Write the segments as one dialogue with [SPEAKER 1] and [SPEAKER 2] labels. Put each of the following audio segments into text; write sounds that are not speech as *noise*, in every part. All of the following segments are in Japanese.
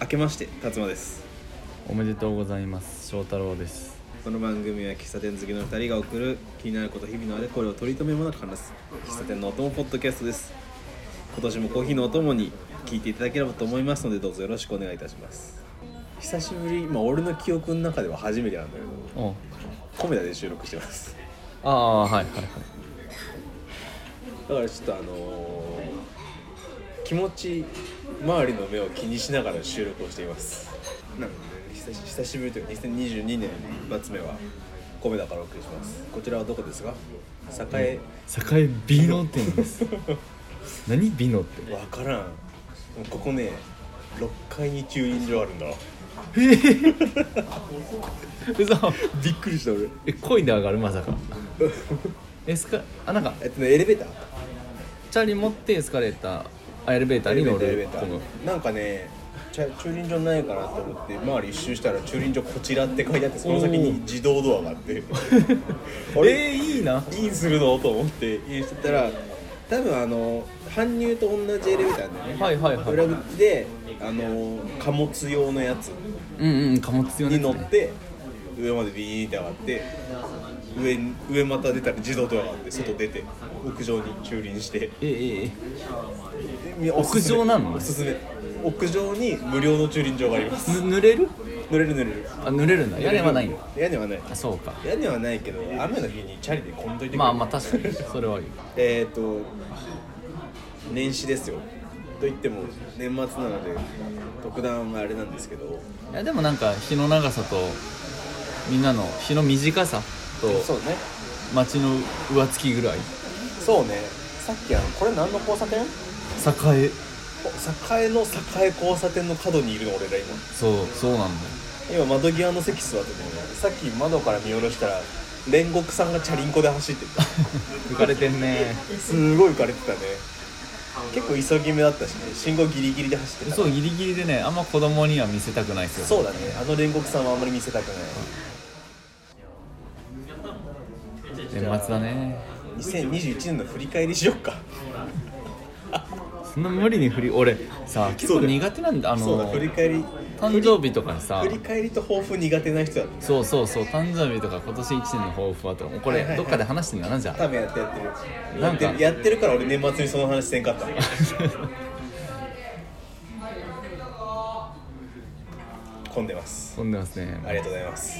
[SPEAKER 1] 明けまして辰馬です
[SPEAKER 2] おめでとうございます翔太郎です
[SPEAKER 1] この番組は喫茶店好きの2人が送る気になること日々のあれこれを取り留めもなく話す喫茶店のお供ポッドキャストです今年もコーヒーのお供に聞いていただければと思いますのでどうぞよろしくお願いいたします久しぶり今俺の記憶の中では初めてなんだけ
[SPEAKER 2] お
[SPEAKER 1] どコメダで収録してます
[SPEAKER 2] ああはいはいはい
[SPEAKER 1] だからちょっとあのー気持ち周りの目を気にしながら収録をしていますなので久し久しぶりというか2022年一発目は米田からお送りしますこちらはどこですか栄
[SPEAKER 2] 栄美濃店です
[SPEAKER 1] *laughs*
[SPEAKER 2] 何美濃って
[SPEAKER 1] わからんもうここね6階に駐輪場あるんだわ
[SPEAKER 2] 嘘
[SPEAKER 1] びっくりした俺
[SPEAKER 2] え恋で上がるまさか *laughs* エスカあなんか
[SPEAKER 1] えっとねエレベーター
[SPEAKER 2] チャリ持ってエスカレーターあエレベーターに乗る
[SPEAKER 1] エレベータ
[SPEAKER 2] この
[SPEAKER 1] ーなんかねちゃ駐輪場ないかなと思って周り一周したら駐輪場こちらって書いてあってその先に自動ドアがあって *laughs* あれ
[SPEAKER 2] えー、いいな
[SPEAKER 1] インするのと思ってインしてたら多分あの搬入と同じエレベーターだよね
[SPEAKER 2] はいはいはい
[SPEAKER 1] 裏口であの貨物用のやつ
[SPEAKER 2] うんうん貨物用の
[SPEAKER 1] に
[SPEAKER 2] やつ
[SPEAKER 1] 乗っ
[SPEAKER 2] ね
[SPEAKER 1] て上までビーンって上がって上に上また出たら自動ドアがあって外出て屋上に駐輪して
[SPEAKER 2] ええええ
[SPEAKER 1] でおすすめ
[SPEAKER 2] 屋上なの
[SPEAKER 1] おすすめ屋上に無料の駐輪場があります
[SPEAKER 2] ぬ濡れる
[SPEAKER 1] 濡れる濡れる
[SPEAKER 2] あ濡れるんだ屋根はないんだ
[SPEAKER 1] 屋根はない
[SPEAKER 2] あそうか
[SPEAKER 1] 屋根はないけど雨の日にチャリでこんといてくれ
[SPEAKER 2] まあまあ確かにそれはいい
[SPEAKER 1] えっ、と年始ですよと言っても年末なので特段はあれなんですけど
[SPEAKER 2] いやでもなんか日の長さとみんなの日の短さと
[SPEAKER 1] うね
[SPEAKER 2] 街の上つきぐらい
[SPEAKER 1] そうねさっきあのこれ何の交差点
[SPEAKER 2] 栄え
[SPEAKER 1] お栄の栄交差点の角にいるの俺ら
[SPEAKER 2] そうそうなんだよ
[SPEAKER 1] 今今窓際の席座っててねさっき窓から見下ろしたら煉獄さんがチャリンコで走ってた
[SPEAKER 2] 浮かれてんね
[SPEAKER 1] すごい浮かれてたね結構急ぎ目だったしね信号ギリギリで走ってた
[SPEAKER 2] そうギリギリでねあんま子供には見せたくないですよ
[SPEAKER 1] そうだねあの煉獄さんはあんまり見せたくない
[SPEAKER 2] 年末だね
[SPEAKER 1] 2021年の振り返りしよっか
[SPEAKER 2] そんな無理に振り俺さ結
[SPEAKER 1] そう
[SPEAKER 2] 構
[SPEAKER 1] だよ
[SPEAKER 2] 苦手なんだあ
[SPEAKER 1] そうだ
[SPEAKER 2] の
[SPEAKER 1] 振り返り
[SPEAKER 2] 誕生日とかさ
[SPEAKER 1] 振り返りと抱負苦手な人だ
[SPEAKER 2] そうそうそう誕生日とか今年1年の抱負はとかこ
[SPEAKER 1] はいはいは
[SPEAKER 2] れ
[SPEAKER 1] い
[SPEAKER 2] どっかで話してんだなじゃあ
[SPEAKER 1] 多分やってやってる
[SPEAKER 2] なんか
[SPEAKER 1] やってるやってるから俺年末にその話せんかった
[SPEAKER 2] *laughs*
[SPEAKER 1] 混んでます
[SPEAKER 2] 飛んでますね
[SPEAKER 1] ありがとうございます
[SPEAKER 2] す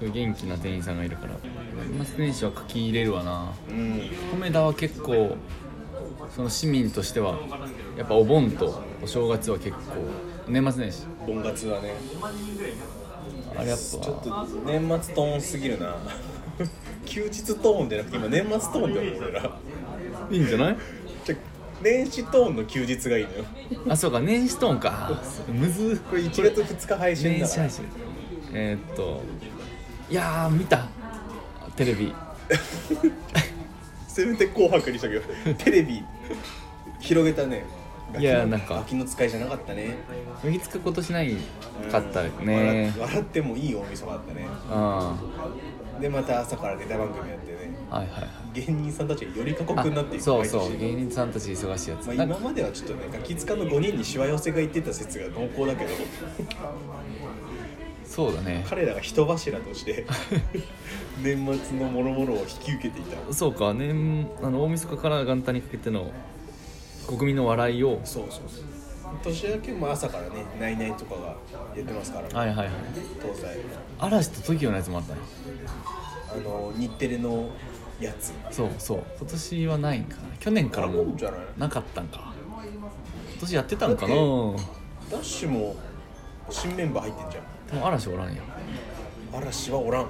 [SPEAKER 2] ごい元気な店員さんがいるから年末年始は書き入れるわな
[SPEAKER 1] うん
[SPEAKER 2] 米田は結構その市民としてはやっぱお盆とお正月は結構年末年始
[SPEAKER 1] 盆月はね
[SPEAKER 2] あれやっ
[SPEAKER 1] ちょっ
[SPEAKER 2] ぱ
[SPEAKER 1] と年末トーンすぎるな *laughs* 休日トーンじゃなくて今年末トーンだよ俺ら
[SPEAKER 2] いいんじゃない
[SPEAKER 1] じゃ年始トーンの休日がいいのよ
[SPEAKER 2] あそうか年始トーンかむずっ
[SPEAKER 1] これ1月2日配信
[SPEAKER 2] 年
[SPEAKER 1] だ
[SPEAKER 2] 始配信えーっといやー見たテレビ
[SPEAKER 1] せめて紅白にしたけ
[SPEAKER 2] *laughs*
[SPEAKER 1] どテレビ広げたね
[SPEAKER 2] い
[SPEAKER 1] ガキ
[SPEAKER 2] や
[SPEAKER 1] の
[SPEAKER 2] なんか
[SPEAKER 1] ガキの使いじゃなかったね
[SPEAKER 2] 麦つくことしないかった
[SPEAKER 1] うん
[SPEAKER 2] ね
[SPEAKER 1] 笑っ笑ってもいい大晦日だったね
[SPEAKER 2] うんは
[SPEAKER 1] でまた朝からネタ番組やってね
[SPEAKER 2] いはいはい
[SPEAKER 1] 芸人さんたちがより過酷
[SPEAKER 2] あ
[SPEAKER 1] になっていく
[SPEAKER 2] そうそ
[SPEAKER 1] 毎
[SPEAKER 2] う
[SPEAKER 1] 年
[SPEAKER 2] 芸人さんたち忙しいやつ
[SPEAKER 1] まあ、
[SPEAKER 2] なん
[SPEAKER 1] 今
[SPEAKER 2] か
[SPEAKER 1] まではちょっとねガキ使の5人にしわ寄せが言ってた説が濃厚だけど
[SPEAKER 2] そうだね
[SPEAKER 1] 彼らが人柱として
[SPEAKER 2] *laughs*
[SPEAKER 1] 年末の諸々を引き受けていた
[SPEAKER 2] そうか年あの大晦日から元旦にかけての国民の笑いを
[SPEAKER 1] そうそうそう年明けも朝からね「ナイナイ」とかがやってますから、
[SPEAKER 2] はいはいはい
[SPEAKER 1] 東西
[SPEAKER 2] 嵐と TOKIO のやつもあったね
[SPEAKER 1] あの日テレのやつ
[SPEAKER 2] そうそう今年はないんかな去年から
[SPEAKER 1] あ
[SPEAKER 2] も
[SPEAKER 1] るんじゃない
[SPEAKER 2] なかったんか今年やってたんか
[SPEAKER 1] だって
[SPEAKER 2] なでも
[SPEAKER 1] ダッシュも新メンバー入ってんじゃ
[SPEAKER 2] 嵐おらんやん
[SPEAKER 1] ん嵐はおらん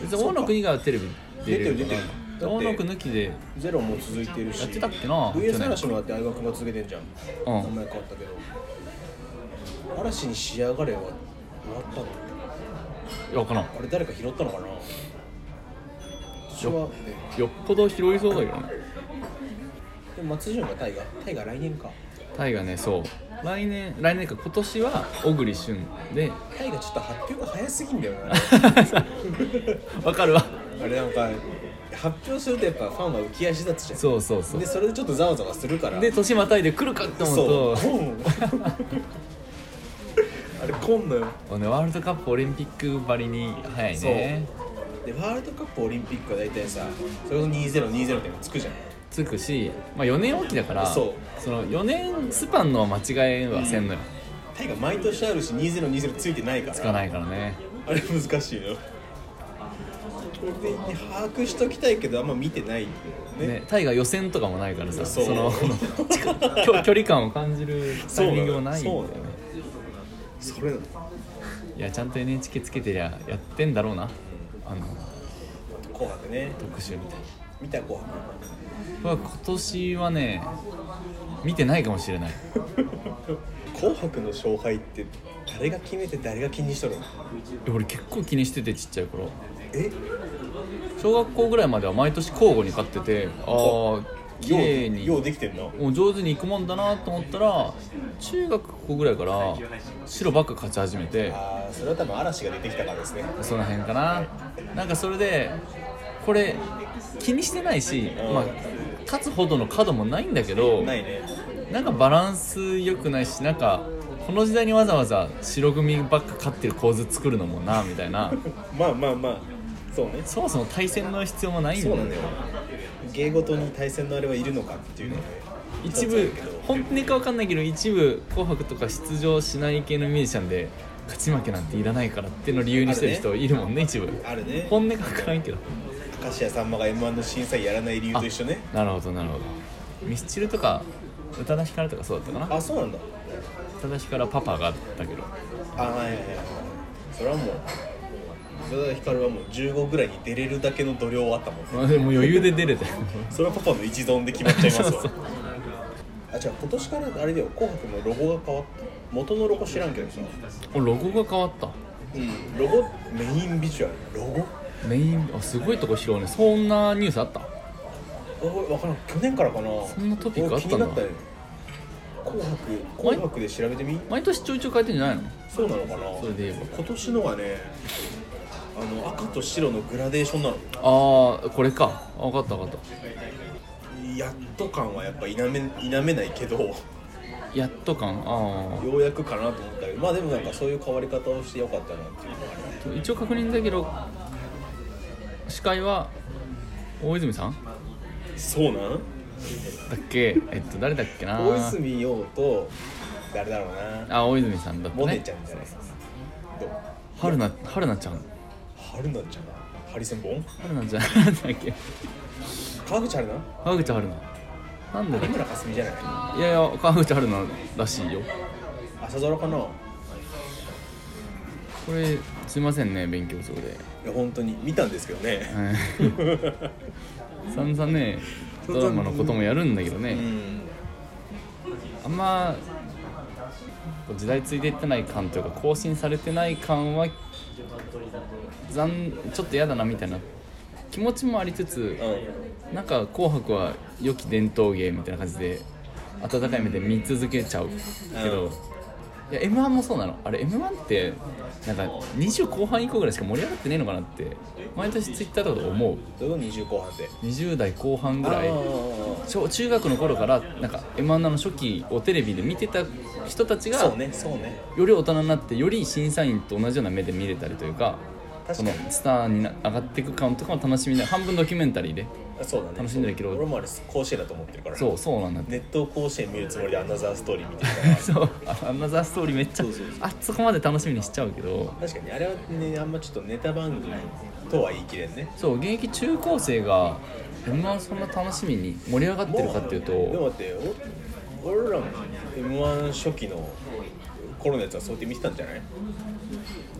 [SPEAKER 2] 別に大野くん以外はテレビ出れる
[SPEAKER 1] 出て
[SPEAKER 2] か
[SPEAKER 1] る出て
[SPEAKER 2] ら
[SPEAKER 1] る
[SPEAKER 2] 大野くん抜きで
[SPEAKER 1] ゼロも続いてるし
[SPEAKER 2] やってたっけな
[SPEAKER 1] VS
[SPEAKER 2] 去
[SPEAKER 1] 嵐
[SPEAKER 2] 年
[SPEAKER 1] もだって相葉君が続けてんじゃん、
[SPEAKER 2] う
[SPEAKER 1] 名
[SPEAKER 2] ん
[SPEAKER 1] 前変わったけど嵐に仕上がれは終わったの
[SPEAKER 2] いやわからん
[SPEAKER 1] あれ誰か拾ったのかな私はね
[SPEAKER 2] よっぽど拾いそうだけどね
[SPEAKER 1] でも松潤がタイガタイガ来年か
[SPEAKER 2] タイがねそう来年来年か今年は小栗旬で
[SPEAKER 1] タイガちょっと発表が早すぎんだよな
[SPEAKER 2] *laughs* わかるわ
[SPEAKER 1] *laughs* あれなんか発表するとやっぱファンは浮き足立つじゃん
[SPEAKER 2] そうそうそう
[SPEAKER 1] でそれでちょっとざわざわするから *laughs*
[SPEAKER 2] で年またいで来るかって思う
[SPEAKER 1] そう
[SPEAKER 2] と
[SPEAKER 1] ボンこんのよ
[SPEAKER 2] もうねワールドカップオリンピックばりに早いね
[SPEAKER 1] でワールドカップオリンピックは大体さそれこそ2020ってのがつくじゃん
[SPEAKER 2] つくし、まあ、4年おきだから
[SPEAKER 1] そ
[SPEAKER 2] の4年スパンの間違いはせんのよ、
[SPEAKER 1] タイが毎年あるし2020ついてないから
[SPEAKER 2] つかないからね
[SPEAKER 1] あれ難しいのよこれで把握しときたいけどあんま見てないんだよね
[SPEAKER 2] ねタイが予選とかもないからさ
[SPEAKER 1] そう
[SPEAKER 2] の *laughs* 距距離感を感じるタイミングもないんだよね
[SPEAKER 1] そうなのそれなの
[SPEAKER 2] いやちゃんと NHK つけてりゃやってんだろうなあの
[SPEAKER 1] 紅白ね
[SPEAKER 2] 特集みたいな
[SPEAKER 1] 見た紅白
[SPEAKER 2] 僕は今年はね見てないかもしれない
[SPEAKER 1] 紅白の勝敗って誰が決めて誰が気にしとるの
[SPEAKER 2] いや俺結構気にしててちっちゃい頃
[SPEAKER 1] え
[SPEAKER 2] 小学校ぐらいまでは毎年交互に勝っててああ綺麗に
[SPEAKER 1] ようできてんの
[SPEAKER 2] もう上手にいくもんだなと思ったら中学校ぐらいから白ばっか勝ち始めて
[SPEAKER 1] ああそれは多分嵐が出てきたからですね
[SPEAKER 2] その辺かななんかそれでこれ気にしてないし、まあ、勝つほどの角もないんだけど
[SPEAKER 1] ないね
[SPEAKER 2] なんかバランス良くないしなんかこの時代にわざわざ白組ばっか勝ってる構図作るのもなみたいな
[SPEAKER 1] まあまあまあそうね
[SPEAKER 2] そもそも対戦の必要もないんだ
[SPEAKER 1] そう
[SPEAKER 2] よ
[SPEAKER 1] なんだよ芸事に対戦のあれはいるのかっていうのがね
[SPEAKER 2] 一
[SPEAKER 1] そうだ
[SPEAKER 2] 部
[SPEAKER 1] けど
[SPEAKER 2] 本当にか分かんないけど一部「紅白」とか出場しない系のミュージシャンで勝ち負けなんていらないからっていうのを理由にしてる人いるもんね一部
[SPEAKER 1] あるね
[SPEAKER 2] 本音が分からんけど
[SPEAKER 1] 明石家さんまが m 1の審査員やらない理由と一緒ね
[SPEAKER 2] なるほどなるほどミスチルとか宇多田ヒカルとかそうだったかな
[SPEAKER 1] あそうなんだ
[SPEAKER 2] 宇多田ヒカルはパパがあったけど
[SPEAKER 1] あはいはいはいそれはもう宇多田ヒカルはもう15ぐらいに出れるだけの度量はあったもんね
[SPEAKER 2] まあでも余裕で出れたよ
[SPEAKER 1] それはパパの一存で決まっちゃいますわ *laughs*
[SPEAKER 2] そうそう
[SPEAKER 1] あじゃあ今年からあれだよ「紅白」のロゴが変わった元のロゴ知らんけどさ、
[SPEAKER 2] *laughs* おロゴが変わった
[SPEAKER 1] うん、ロゴメインビジュアルロゴ
[SPEAKER 2] メインあすごいとこ拾うねそんなニュースあった
[SPEAKER 1] 俺分からん去年からかな
[SPEAKER 2] そんなトピックあったん
[SPEAKER 1] 俺気
[SPEAKER 2] だ
[SPEAKER 1] になったよ紅白紅白で調べてみ
[SPEAKER 2] 毎年ちょいちょい変えてんじゃないの
[SPEAKER 1] そうなのかな
[SPEAKER 2] それで言え
[SPEAKER 1] 今年のがねあの赤と白のグラデーションなの
[SPEAKER 2] ばああこれかあ分かった分かっ
[SPEAKER 1] やっと感はやっぱ否め否めないけどよ
[SPEAKER 2] たやっと感ああ
[SPEAKER 1] うやくかなと思ったけどまあでもなんかそういう変わり方をしてよかったなっていうのがね
[SPEAKER 2] 一応確認だけど司会は大泉さん
[SPEAKER 1] そうなん
[SPEAKER 2] だっけえっと誰だっけな
[SPEAKER 1] 大泉洋と誰だろうな
[SPEAKER 2] あ大泉さんだった
[SPEAKER 1] モネ
[SPEAKER 2] ね
[SPEAKER 1] ちゃんじゃないどう
[SPEAKER 2] 春菜春菜ちゃん
[SPEAKER 1] 春菜ちゃんハリセンボン
[SPEAKER 2] 春菜ちゃ
[SPEAKER 1] *laughs*
[SPEAKER 2] んなんだっけ
[SPEAKER 1] 川口春奈
[SPEAKER 2] 川口春菜なんだっ
[SPEAKER 1] 有村架純じゃない
[SPEAKER 2] けいやいや川口春菜らしいよ
[SPEAKER 1] 朝ドラかない
[SPEAKER 2] これすいませんね勉強不足で
[SPEAKER 1] や本当に見たんですけどね
[SPEAKER 2] は
[SPEAKER 1] *laughs*
[SPEAKER 2] い散々ねドラマのこともやるんだけど
[SPEAKER 1] う
[SPEAKER 2] ね
[SPEAKER 1] ん
[SPEAKER 2] あんまこう時代ついていってない感というか更新されてない感は残ちょっと嫌だなみたいな気持ちもありつつ
[SPEAKER 1] う
[SPEAKER 2] なんか「紅白」は良き伝統芸みたいな感じで温かい目で見続けちゃうけ
[SPEAKER 1] うん
[SPEAKER 2] どいや m 1もそうなのあれ m 1ってなんか20後半以降ぐらいしか盛り上がってねえのかなって毎年ツイッターとかで思うん
[SPEAKER 1] どういう20後半で
[SPEAKER 2] 20代後半ぐらい
[SPEAKER 1] あー
[SPEAKER 2] 小中学の頃からなんか m 1の初期をテレビで見てた人たちが
[SPEAKER 1] そうねそうね
[SPEAKER 2] より大人になってより審査員と同じような目で見れたりというか
[SPEAKER 1] 確
[SPEAKER 2] そ
[SPEAKER 1] か
[SPEAKER 2] の
[SPEAKER 1] に
[SPEAKER 2] スターにな上がっていく感とかも楽しみな半分ドキュメンタリーで
[SPEAKER 1] あそうだね
[SPEAKER 2] 楽しんでるけど
[SPEAKER 1] 俺もあれ甲子園だと思ってるから
[SPEAKER 2] そうそうなんだって
[SPEAKER 1] ネット甲子園見るつもりでアナザーストーリー見てるか
[SPEAKER 2] *laughs* そうあんなザストーリーめっちゃ
[SPEAKER 1] そうそうそう
[SPEAKER 2] あそこまで楽しみにしちゃうけど
[SPEAKER 1] ら *laughs* 確かにあれはねあんまちょっとネタ番組とは言い切れんね
[SPEAKER 2] そう現役中高生が m 1そんな楽しみに盛り上がってるかっていう
[SPEAKER 1] でも
[SPEAKER 2] と
[SPEAKER 1] 待ってお俺らも m 1初期の頃のやつはそうやって見てたんじゃない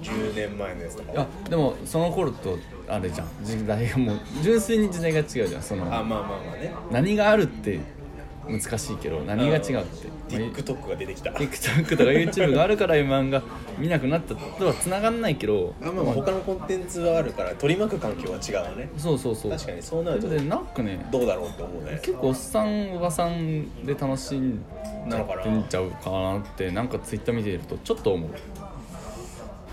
[SPEAKER 1] 10年前のやつとか
[SPEAKER 2] あ
[SPEAKER 1] は
[SPEAKER 2] でもその頃とあれじゃん時代がもう純粋に時代が違うじゃんそ
[SPEAKER 1] あまあ
[SPEAKER 2] の
[SPEAKER 1] まあまあね
[SPEAKER 2] 何があるって難しいけど何が違うって、まあ
[SPEAKER 1] TikTok が出てきた
[SPEAKER 2] TikTok とか YouTube があ
[SPEAKER 1] *laughs*
[SPEAKER 2] るから m 1が見なくなったとは繋がんないけど
[SPEAKER 1] あまあまあ他のコンテンツはあるから取り巻く環境は違うわね
[SPEAKER 2] そうそうそう
[SPEAKER 1] 確かにそうなると
[SPEAKER 2] でなんかね
[SPEAKER 1] どうだろうって思うね
[SPEAKER 2] 結構おっさんおばさんで楽しん
[SPEAKER 1] なのかな
[SPEAKER 2] 出んちゃうかなってなんかツイッター見てるとちょっと思う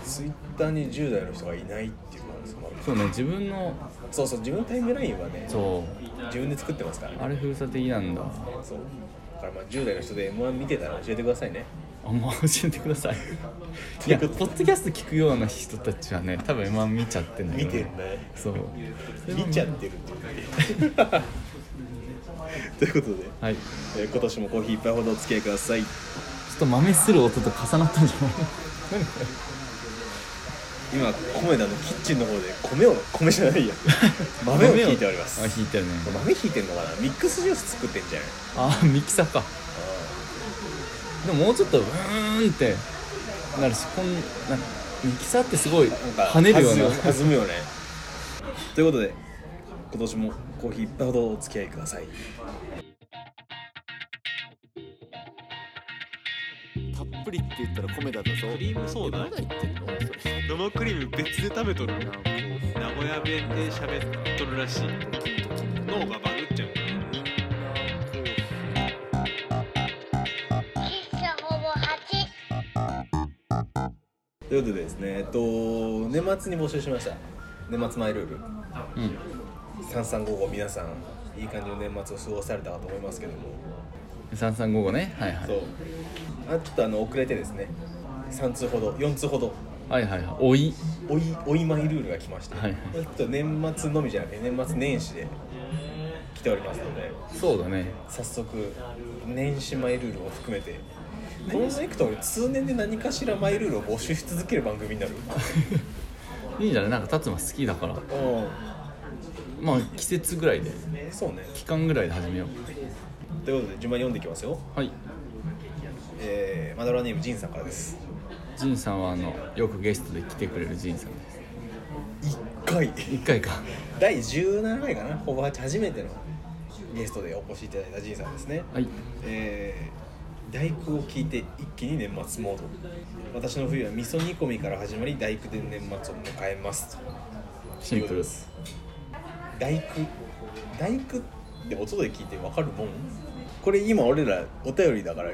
[SPEAKER 1] ツイッターに10代の人がいないっていう感じですもんね
[SPEAKER 2] そうね自分の
[SPEAKER 1] そうそう自分のタイムラインはね
[SPEAKER 2] そう
[SPEAKER 1] 自分で作ってますからね
[SPEAKER 2] あれ封鎖的なんだ
[SPEAKER 1] そうだからまあ10代の人で m 1見てたら教えてくださいね
[SPEAKER 2] あんま教えてく
[SPEAKER 1] *laughs*
[SPEAKER 2] ださいいやポッドキャスト聞くような人たちはね多分今見ちゃってんだ
[SPEAKER 1] 見
[SPEAKER 2] けど、
[SPEAKER 1] て
[SPEAKER 2] ね、
[SPEAKER 1] んだよ
[SPEAKER 2] そう
[SPEAKER 1] *laughs* 見ちゃってるって言 *laughs* ってということで、
[SPEAKER 2] はいち
[SPEAKER 1] えー今年もコーヒー一杯ほどお付き合いください
[SPEAKER 2] ょっと豆する音と重なったんじゃない何これ
[SPEAKER 1] 今米田のキッチンの方で米を米じゃ *laughs* ないや豆をひいております
[SPEAKER 2] あ引いてるね
[SPEAKER 1] 豆ひいてんのかなミックスジュース作ってんじゃない
[SPEAKER 2] あミキサーかでももうちょっとうーんってなるしこんなんかミキサーってすごい
[SPEAKER 1] なんか
[SPEAKER 2] 跳ねるような
[SPEAKER 1] 弾む弾むよねということで今年もコーヒー一杯ほどお付き合いください
[SPEAKER 3] たっぷりって言ったら米だったぞ。
[SPEAKER 4] リームソーダ
[SPEAKER 3] 言ってんの
[SPEAKER 4] 生クリーム別で食べとる名古屋弁で喋っとるらしい脳がバグっちゃう
[SPEAKER 5] Kiss the Hobo Hatchet.
[SPEAKER 1] ということでですねえっと年末に募集しました年末マイルール
[SPEAKER 2] うん
[SPEAKER 1] 3355皆さんいい感じの年末を過ごされたかと思いますけども
[SPEAKER 2] 3355ねはいは
[SPEAKER 1] そ
[SPEAKER 2] いう
[SPEAKER 1] あちょっとあの遅れてですね3通ほど4通ほど
[SPEAKER 2] はいはいはいおい
[SPEAKER 1] 追い追いマイルールが来まして、
[SPEAKER 2] はい
[SPEAKER 1] ちょっと年末のみじゃなくて年末年始で来ておりますので
[SPEAKER 2] そうだね
[SPEAKER 1] 早速年始マイルールを含めてこのセクト俺通年で何かしらマイルールを募集し続ける番組にな
[SPEAKER 2] *laughs*
[SPEAKER 1] る
[SPEAKER 2] いいんじゃないなんか達馬好きだから
[SPEAKER 1] う
[SPEAKER 2] まあ季節ぐらいで
[SPEAKER 1] んそうね
[SPEAKER 2] 期間ぐらいで始めよう
[SPEAKER 1] ということで順番に読んでいきますよ
[SPEAKER 2] はい
[SPEAKER 1] えー、マドラーネームジンさんからです
[SPEAKER 2] ジンさんはあのよくゲストで来てくれるジンさんです
[SPEAKER 1] 1回
[SPEAKER 2] 1回か
[SPEAKER 1] 第17回かなほぼ8初めてのゲストでお越しいただいたジンさんですね
[SPEAKER 2] はい
[SPEAKER 1] えー大工を聞いて一気に年末モード私の冬は味噌煮込みから始まり大工で年末を迎えます
[SPEAKER 2] シンプル
[SPEAKER 1] 大工大工って音で聞いて分かるもんこれ今俺らお便りだから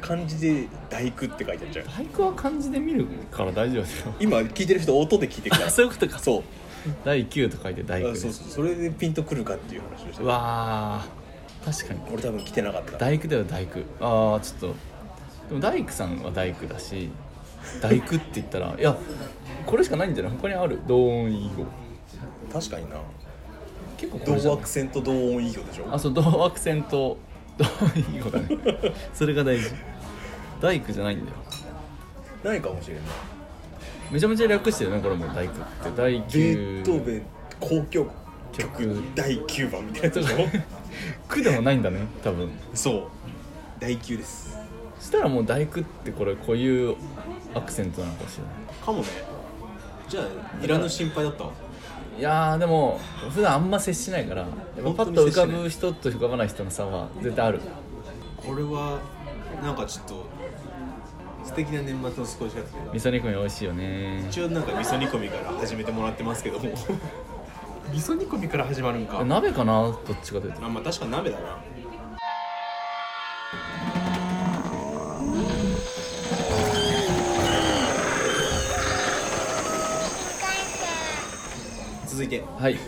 [SPEAKER 1] 漢字で大工って書いてあっちゃう
[SPEAKER 2] 俳句は漢字で見るから大丈夫だよ
[SPEAKER 1] 今聞いてる人音で聞いてくだ
[SPEAKER 2] あ
[SPEAKER 1] さ
[SPEAKER 2] そ
[SPEAKER 1] いう
[SPEAKER 2] いうことか
[SPEAKER 1] そう
[SPEAKER 2] 第9と書いて大工
[SPEAKER 1] あ
[SPEAKER 2] です
[SPEAKER 1] そうそうそれでピンとくるかっていう話をして
[SPEAKER 2] う
[SPEAKER 1] る
[SPEAKER 2] わー確かに
[SPEAKER 1] 俺多分来てなかった
[SPEAKER 2] 大工だよ大工ああちょっとでも大工さんは大工だし大工って言ったらいやこれしかないんじゃない他にある同音異義語
[SPEAKER 1] 確かにな
[SPEAKER 2] 結構これじ
[SPEAKER 1] 同
[SPEAKER 2] ゃない
[SPEAKER 1] アクセント同音異義語でし
[SPEAKER 2] あ
[SPEAKER 1] ょ
[SPEAKER 2] そう同アクセント同音異義語だねそれが大事大工じゃないんだよ
[SPEAKER 1] ないかもしれない
[SPEAKER 2] めちゃめちゃ略してるねこれもう大工って大
[SPEAKER 1] ベートーベ
[SPEAKER 2] 工
[SPEAKER 1] ン交響曲
[SPEAKER 2] 曲
[SPEAKER 1] 第9番みたいなやつでし
[SPEAKER 2] 区でもないんだね多分
[SPEAKER 1] ょそう第9です
[SPEAKER 2] そしたらもう大工ってこれこういうアクセントなのかもしれない
[SPEAKER 1] かもねじゃあいらぬ心配だったわ
[SPEAKER 2] いやーでも普段あんま接しないからやっぱパッと浮かぶ人と浮かばない人の差は絶対ある
[SPEAKER 1] これはなんかちょっと素敵な年末の過ごし方で
[SPEAKER 2] 味噌煮込み美味しいよね
[SPEAKER 1] 一応なんか味噌煮込みから始めてもらってますけども *laughs* 味噌煮込みから始まるんか
[SPEAKER 2] 鍋かなどっちかというと
[SPEAKER 1] あまあ確か鍋だな続いて
[SPEAKER 2] はい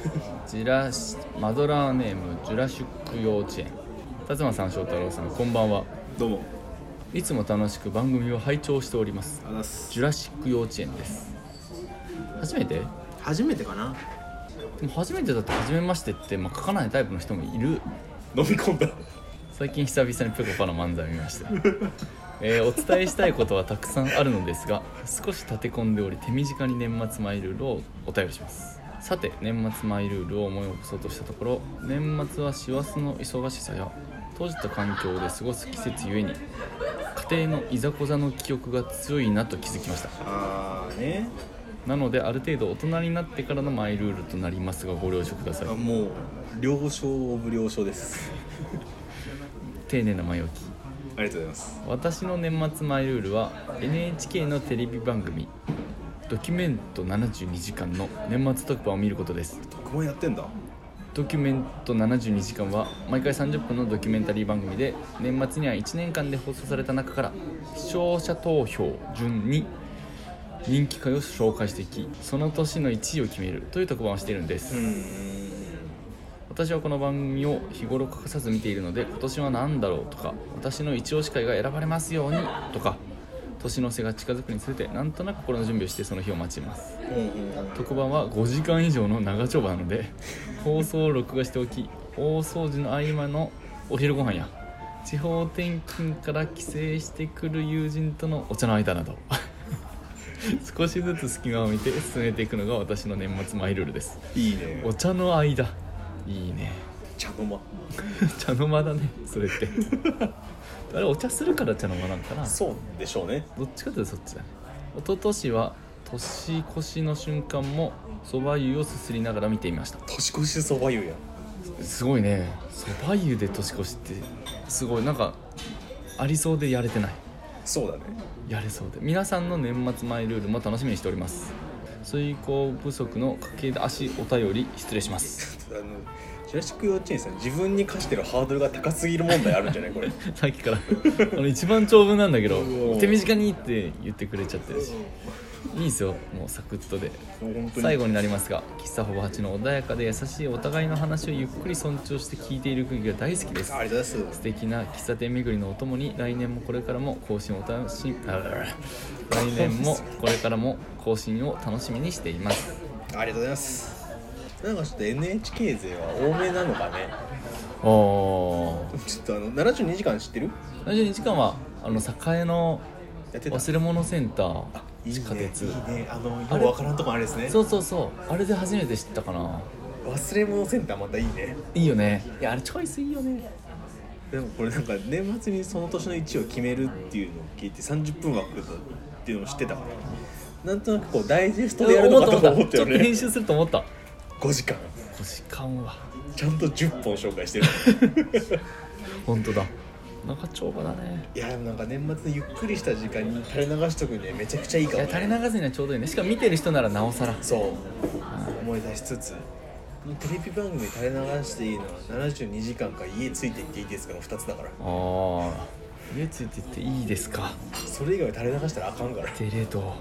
[SPEAKER 2] ジラシマドラーネームジュラシュック幼稚園辰馬さん翔太郎さんこんばんは
[SPEAKER 1] どうも
[SPEAKER 2] いつも楽しく番組を拝聴しております
[SPEAKER 1] あざっす
[SPEAKER 2] ジュラシック幼稚園です初めてで
[SPEAKER 1] 初めてかな
[SPEAKER 2] も初めてだって初めましてって、まあ、書かないタイプの人もいる
[SPEAKER 1] 飲み込んだ
[SPEAKER 2] 最近久々にぺこぱの漫才を見ました、 *laughs* えーお伝えしたいことはたくさんあるのですが少し立て込んでおり手短に年末マイルールをお便りしますさて年末マイルールを思い起こそうとしたところ年末は師走の忙しさや閉じた環境で過ごす季節ゆえに家庭のいざこざの記憶が強いなと気づきました
[SPEAKER 1] ああね
[SPEAKER 2] なのである程度大人になってからのマイルールとなりますがご了承ください
[SPEAKER 1] あもう了承オブ了承です
[SPEAKER 2] 丁寧な前置き
[SPEAKER 1] ありがとうございます
[SPEAKER 2] 私の年末マイルールは NHK のテレビ番組「ドキュメント72時間」の年末特番を見ることです
[SPEAKER 1] 特番やってんだ
[SPEAKER 2] ドキュメント72時間は毎回30分のドキュメンタリー番組で年末には1年間で放送された中から視聴者投票順に人気回を紹介していきその年の1位を決めるという特番をしているんです、私はこの番組を日頃欠かさず見ているので今年は何だろうとか私の一押し会が選ばれますようにとか年の瀬が近づくにつれてなんとなく心の準備をしてその日を待ちます
[SPEAKER 1] うんうんうん
[SPEAKER 2] 特番は5時間以上の長丁場なので放送を録画しておき大掃除の合間のお昼ご飯や地方転勤から帰省してくる友人とのお茶の間など *laughs* 少しずつ隙間を見て進めていくのが私の年末マイルールです
[SPEAKER 1] いいね
[SPEAKER 2] お茶の間いいね
[SPEAKER 1] 茶の間
[SPEAKER 2] 茶の間だねそれってあれお茶するから茶の間なんかな
[SPEAKER 1] そうでしょうね
[SPEAKER 2] どっちかというとそっちだね一昨年は年越しの瞬間もそば湯をすすりながら見ていました
[SPEAKER 1] 年越しそば湯や
[SPEAKER 2] すごいねそば湯で年越しってすごいなんかありそうでやれてない
[SPEAKER 1] そうだね
[SPEAKER 2] やれそうで皆さんの年末マイルールも楽しみにしております遂行不足の駆け足お便り失礼します
[SPEAKER 1] あのジュラシック幼稚園さん自分に課してるハードルが高すぎる問題あるんじゃない *laughs* これ
[SPEAKER 2] *laughs* さっきからあの一番長文なんだけど
[SPEAKER 1] うお
[SPEAKER 2] 手短にって言ってくれちゃってるしいいですよもうサクッとで
[SPEAKER 1] 本
[SPEAKER 2] 最後になりますが喫茶ほぼ8の穏やかで優しいお互いの話をゆっくり尊重して聞いている雰囲気が大好きです
[SPEAKER 1] ありがとうございます
[SPEAKER 2] 素敵な喫茶店巡りのお供に来年もこれからも更新を楽しみ来年もこれからも更新を楽しみにしています
[SPEAKER 1] ありがとうございますなんかちょっと NHK 勢は多めなのかね
[SPEAKER 2] おお
[SPEAKER 1] ちょっとあの72時間知ってる
[SPEAKER 2] 72時間はあの栄の
[SPEAKER 1] やってた
[SPEAKER 2] 忘れ物センター
[SPEAKER 1] あいい
[SPEAKER 2] 地
[SPEAKER 1] ね
[SPEAKER 2] 下鉄
[SPEAKER 1] いいねあのよ
[SPEAKER 2] あ
[SPEAKER 1] う
[SPEAKER 2] れ
[SPEAKER 1] わからんとこあれですね
[SPEAKER 2] そうそうそうあれで初めて知ったかな
[SPEAKER 1] 忘れ物センターまたいいね
[SPEAKER 2] いいよねいやあれチョイスいいよね
[SPEAKER 1] でもこれなんか年末にその年の位置を決めるっていうのを聞いて30分枠っていうのを知ってたからなんとなくこうダイジェストでやるのかとか思った
[SPEAKER 2] ちょ
[SPEAKER 1] よ
[SPEAKER 2] っと編
[SPEAKER 1] ね
[SPEAKER 2] 集すると思った
[SPEAKER 1] 5時間
[SPEAKER 2] 5時間は
[SPEAKER 1] ちゃんと10本紹介してる
[SPEAKER 2] 本当だ長丁場だね
[SPEAKER 1] *laughs* いやでもなんか年末のゆっくりした時間に垂れ流しとくにはめちゃくちゃいいか
[SPEAKER 2] い
[SPEAKER 1] も、
[SPEAKER 2] や
[SPEAKER 1] ね、
[SPEAKER 2] 垂れ流すにはちょうどいいねしかも見てる人ならなおさら
[SPEAKER 1] そう思い出しつつテレビ番組垂れ流していいのは72時間か家ついていっていいですかの2つだから
[SPEAKER 2] ああ家ついてっていいですか
[SPEAKER 1] それ以外は垂れ流したらあかんから
[SPEAKER 2] テレ東ま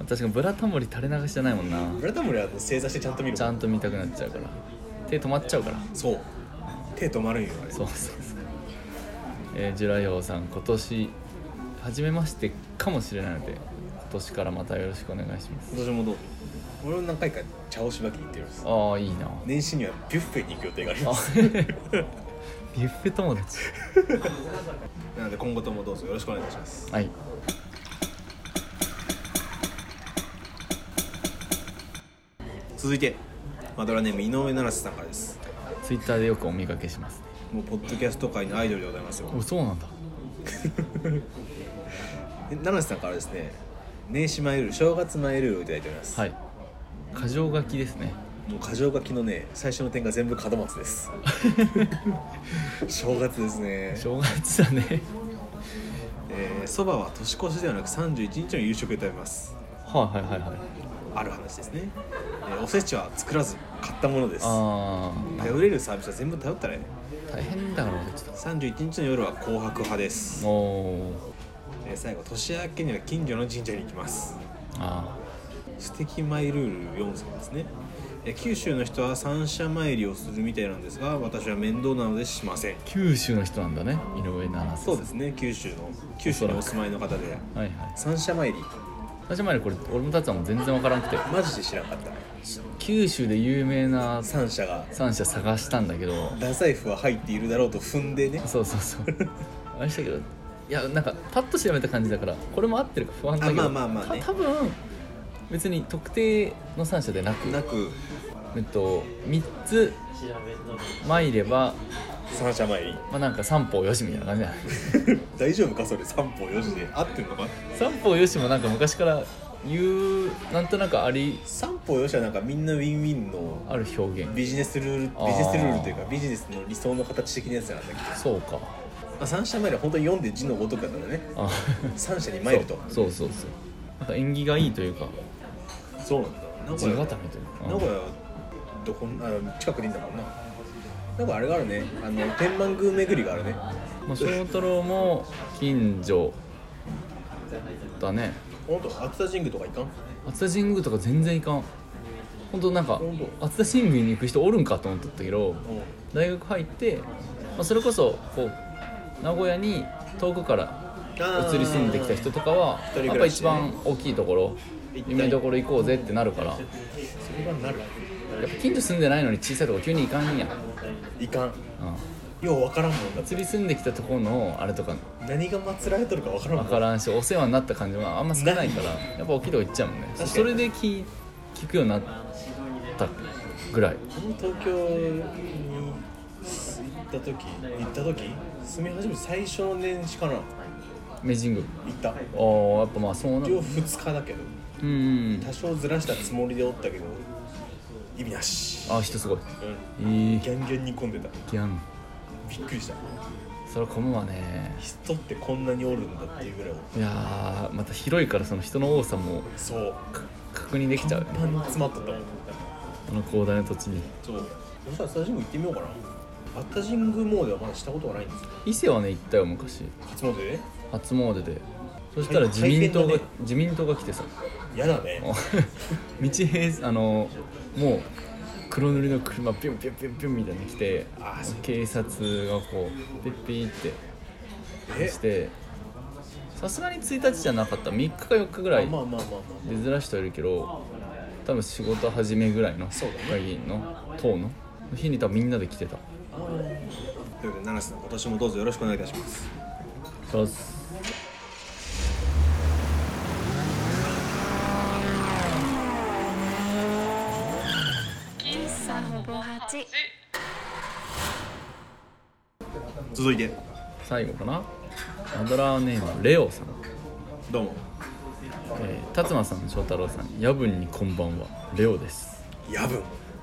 [SPEAKER 2] あ確かに「ブラタモリ」垂れ流しじゃないもんな
[SPEAKER 1] ブラタモリはあの正座してちゃんと見る
[SPEAKER 2] ちゃんと見たくなっちゃうから手止まっちゃうから
[SPEAKER 1] そう手止まるんよあれ
[SPEAKER 2] そうそうそうえー、ジュラヨウさん今年初めましてかもしれないので今年からまたよろしくお願いします
[SPEAKER 1] 今年もどう俺も何回か茶をしばきに行ってます
[SPEAKER 2] ああい *laughs* いな
[SPEAKER 1] 年始にはビュッフェに行く予定があり
[SPEAKER 2] あ
[SPEAKER 1] ます
[SPEAKER 2] ビュッフェ友達
[SPEAKER 1] なので今後ともどうぞよろしくお願いします
[SPEAKER 2] はい
[SPEAKER 1] 続いてマドラーネーム井上七瀬さんからです
[SPEAKER 2] ツイッターでよくお見かけしますね
[SPEAKER 1] もうポッドキャスト界のアイドルでございますよ
[SPEAKER 2] おそうなんだ
[SPEAKER 1] で七瀬さんからですね年始前ルール正月前ルールをいただいております、
[SPEAKER 2] はい箇条書きですね
[SPEAKER 1] もう箇条書きのね最初の点が全部門松です正月ですね
[SPEAKER 2] 正月だね
[SPEAKER 1] えーそば、は年越しではなく31日の夕食で食べます
[SPEAKER 2] はいはいはいはい
[SPEAKER 1] ある話ですね、えーおせちは作らず買ったものです
[SPEAKER 2] あ
[SPEAKER 1] 頼れるサービスは全部頼ったらね
[SPEAKER 2] あ大変だろうねちょっ
[SPEAKER 1] 31日の夜は紅白派です
[SPEAKER 2] と、おー
[SPEAKER 1] えー最後年明けには近所の神社に行きます
[SPEAKER 2] あ
[SPEAKER 1] 素敵マイルール4さんですね、えー九州の人は三社参りをするみたいなんですが私は面倒なのでしません
[SPEAKER 2] ー九州の人なんだね井上七瀬
[SPEAKER 1] そうですね九州の九州にお住まいの方で
[SPEAKER 2] はいはい
[SPEAKER 1] 三社参り
[SPEAKER 2] 最初までこれ俺もたつさんも全然わからなくて
[SPEAKER 1] マジで知らなかった
[SPEAKER 2] 九州で有名な
[SPEAKER 1] 三社が
[SPEAKER 2] 三社探したんだけど
[SPEAKER 1] 太宰府は入っているだろうと踏んでね
[SPEAKER 2] そうそうそうあれしたけどいやなんかパッと調べた感じだからこれも合ってるか不安だけど
[SPEAKER 1] あまあまあまあね
[SPEAKER 2] た多分別に特定の三社でなく
[SPEAKER 1] なく
[SPEAKER 2] えっと3つ参れば
[SPEAKER 1] 三社参り
[SPEAKER 2] まあなんか三方よしみたいな感じだ
[SPEAKER 1] *laughs*
[SPEAKER 2] ね
[SPEAKER 1] 大丈夫かそれ三歩四時で合ってるのか
[SPEAKER 2] 三方よしもなんか昔から言うなんとなくあり
[SPEAKER 1] 三歩四時はなんかみんなウィンウィンの
[SPEAKER 2] ある表現
[SPEAKER 1] ビジネスルールビ
[SPEAKER 2] あー
[SPEAKER 1] ジネスルールというかビジネスの理想の形的なやつなんだけど、ま
[SPEAKER 2] そうか
[SPEAKER 1] あ、三社参りは本当に読んで字のごとくだったらね
[SPEAKER 2] あ
[SPEAKER 1] 三社に参ると
[SPEAKER 2] そうそうそうそうなんか縁起がいいというか
[SPEAKER 1] そうなんだ名
[SPEAKER 2] 地
[SPEAKER 1] 古屋
[SPEAKER 2] 固めというか
[SPEAKER 1] 名古屋はどこあ近くでいいんだからななんかあれがあるねあの天満宮巡りがあるね
[SPEAKER 2] まあ、小太郎も近所だね
[SPEAKER 1] 本当熱田神宮とか行かん
[SPEAKER 2] 熱田神宮とか全然行かん本当なんか
[SPEAKER 1] ほんと
[SPEAKER 2] 熱田神宮に行く人おるんかと思っとったけど
[SPEAKER 1] うん
[SPEAKER 2] 大学入って、まあ、それこそこう名古屋に遠くから
[SPEAKER 1] あー
[SPEAKER 2] 移り住んできた人とかは
[SPEAKER 1] 一人暮らしね
[SPEAKER 2] やっぱ一番大きいところ
[SPEAKER 1] 行ったり
[SPEAKER 2] 夢どころ行こうぜってなるからやっ
[SPEAKER 1] それはなる
[SPEAKER 2] ぱ近所住んでないのに小さいとこ急に行かんやん、う
[SPEAKER 1] いかん
[SPEAKER 2] ん、
[SPEAKER 1] ようわからんもんだって
[SPEAKER 2] 移り住んできたところのあれとか
[SPEAKER 1] 何が祀られとるかわからんも
[SPEAKER 2] 分
[SPEAKER 1] ん
[SPEAKER 2] からんしお世話になった感じはあんま少ないからやっぱ大きいとこ行っちゃうもんね
[SPEAKER 1] かに
[SPEAKER 2] それで聞聞くようになったぐらい
[SPEAKER 1] この東京に行った時行った時住み始めて最初の年始かな行
[SPEAKER 2] 明神宮
[SPEAKER 1] った
[SPEAKER 2] ああやっぱまあそうな
[SPEAKER 1] 一応
[SPEAKER 2] る
[SPEAKER 1] 2日だけど
[SPEAKER 2] うんうん
[SPEAKER 1] 多少ずらしたつもりでおったけど意味なし
[SPEAKER 2] あ人すごい
[SPEAKER 1] うん
[SPEAKER 2] いい
[SPEAKER 1] ギャンギャンに混んでた
[SPEAKER 2] ギャン
[SPEAKER 1] びっくりした
[SPEAKER 2] それ混むわね
[SPEAKER 1] 人ってこんなにおるんだっていうぐらいおった
[SPEAKER 2] いやーまた広いからその人の多さも
[SPEAKER 1] そう
[SPEAKER 2] か確認できちゃうよね
[SPEAKER 1] パンに詰まっとったもん
[SPEAKER 2] この広大な土地に
[SPEAKER 1] そうそしたら熱田神宮行ってみようかな熱田神宮もではまだしたことがないんですよ
[SPEAKER 2] 伊勢はね行ったよ昔
[SPEAKER 1] 初詣でね
[SPEAKER 2] 初詣でそしたら自民党が、
[SPEAKER 1] はいはい
[SPEAKER 2] 自民党が来てさ
[SPEAKER 1] 嫌だね
[SPEAKER 2] *laughs* 道平あのもう黒塗りの車ピュンピュンピュンピュンみたいに来て
[SPEAKER 1] あーそう
[SPEAKER 2] 警察がこうピッピーって
[SPEAKER 1] え
[SPEAKER 2] してさすがに1日じゃなかった3日か4日ぐら
[SPEAKER 1] まあ
[SPEAKER 2] い
[SPEAKER 1] まあまあまあ
[SPEAKER 2] でずらしてはいるけど多分仕事始めぐらいの
[SPEAKER 1] そうだね
[SPEAKER 2] 会議の党の日に多分みんなで来てた
[SPEAKER 1] まあまあ
[SPEAKER 6] ということで七瀬さん今年もどうぞよろしくお願いいたします
[SPEAKER 2] そうっす
[SPEAKER 7] 喫茶ほぼ八。
[SPEAKER 6] 続いて
[SPEAKER 2] 最後かなアドラーネームはレオさん、
[SPEAKER 6] どうも
[SPEAKER 2] えー、辰馬さん翔太郎さん夜分にこんばんはレオです
[SPEAKER 1] 夜分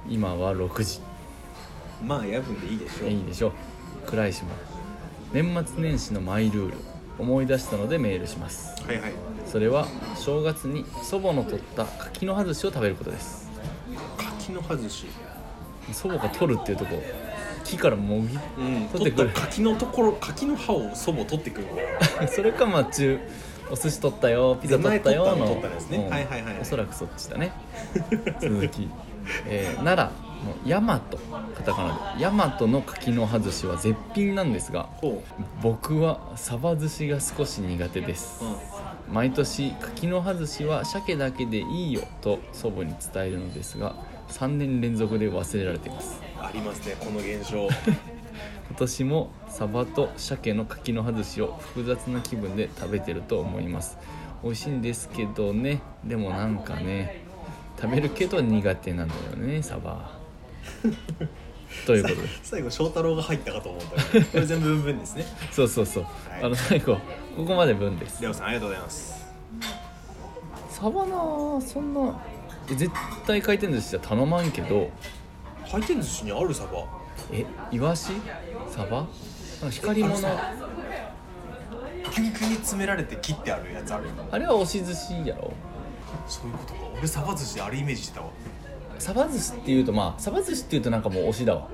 [SPEAKER 2] 今は6時
[SPEAKER 6] まあ夜分でいいでしょう
[SPEAKER 2] いいでしょう暗いしも年末年始のマイルール思い出したのでメールします
[SPEAKER 6] はいはい
[SPEAKER 2] それは正月に祖母の取った柿の葉寿司を食べることです
[SPEAKER 6] 柿の葉寿司
[SPEAKER 2] 祖母が取るっていうとこ木からもぎ
[SPEAKER 1] うん
[SPEAKER 2] 取ってく
[SPEAKER 1] 取
[SPEAKER 2] る
[SPEAKER 1] った柿のところ柿の葉を祖母取ってくる
[SPEAKER 6] *laughs*
[SPEAKER 1] の
[SPEAKER 2] それかまあ中お寿司取ったよピザ取ったよ
[SPEAKER 1] 出前取ったの取っ
[SPEAKER 2] の
[SPEAKER 1] たですね
[SPEAKER 2] うん
[SPEAKER 1] はいはいはい
[SPEAKER 2] おそらくそっちだね続き、えー、奈良のヤマトカタカナでヤマトの柿の葉寿司は絶品なんですが
[SPEAKER 1] ほ
[SPEAKER 2] 僕はサバ寿司が少し苦手です、毎年柿の葉寿司は鮭だけでいいよと祖母に伝えるのですが3年連続で忘れられています
[SPEAKER 1] ありますねこの現象
[SPEAKER 2] 今年もサバと鮭の柿の葉寿司を複雑な気分で食べてると思います美味しいんですけどねでもなんかね食べるけど苦手なんだよねサバということです
[SPEAKER 1] *laughs* 最後翔太郎が入ったかと思ったけどこれ全部文文ですね
[SPEAKER 2] そうそうそう、あの最後ここまで分です
[SPEAKER 6] レオさんありがとうございます
[SPEAKER 2] サバなそんなえ絶対回転寿司じゃ頼まんけど
[SPEAKER 1] 回転寿司にあるサバ
[SPEAKER 2] えイワシサバなんか光り物あ
[SPEAKER 1] ぎゅうぎゅうに詰められて切ってあるやつある
[SPEAKER 2] れは押し寿司やろ
[SPEAKER 1] そういうことか俺サバ寿司であるイメージしてたわ
[SPEAKER 2] サバ寿司っていうとまあサバ寿司っていうとなんかもう推しだわ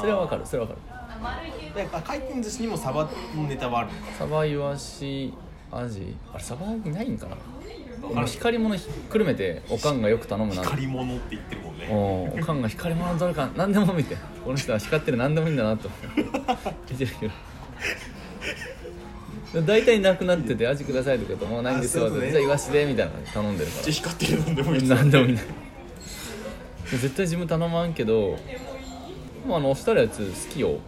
[SPEAKER 2] それはわかるそれはわかる
[SPEAKER 1] やっぱ回転寿司にもサバのネタはあるの
[SPEAKER 2] サバイワシアジあれサバいないんかなもう光り物ひっくるめておかんがよく頼むな
[SPEAKER 1] 光り物って言ってるもんね
[SPEAKER 2] おおかんが光り物どれか何でも見てこの人は光ってる何でもいいんだなと見てるけど大体なくなってて「味ください」とか言うと「もうないんですよ」
[SPEAKER 1] あ
[SPEAKER 2] っ
[SPEAKER 1] そう
[SPEAKER 2] て
[SPEAKER 1] だ
[SPEAKER 2] 「
[SPEAKER 1] ね
[SPEAKER 2] じゃあイワシで」みたいなの頼んでるから
[SPEAKER 1] じゃあ光ってるのでもいい
[SPEAKER 2] 何でもいない絶対自分頼まんけどまああの押したるやつ好きよ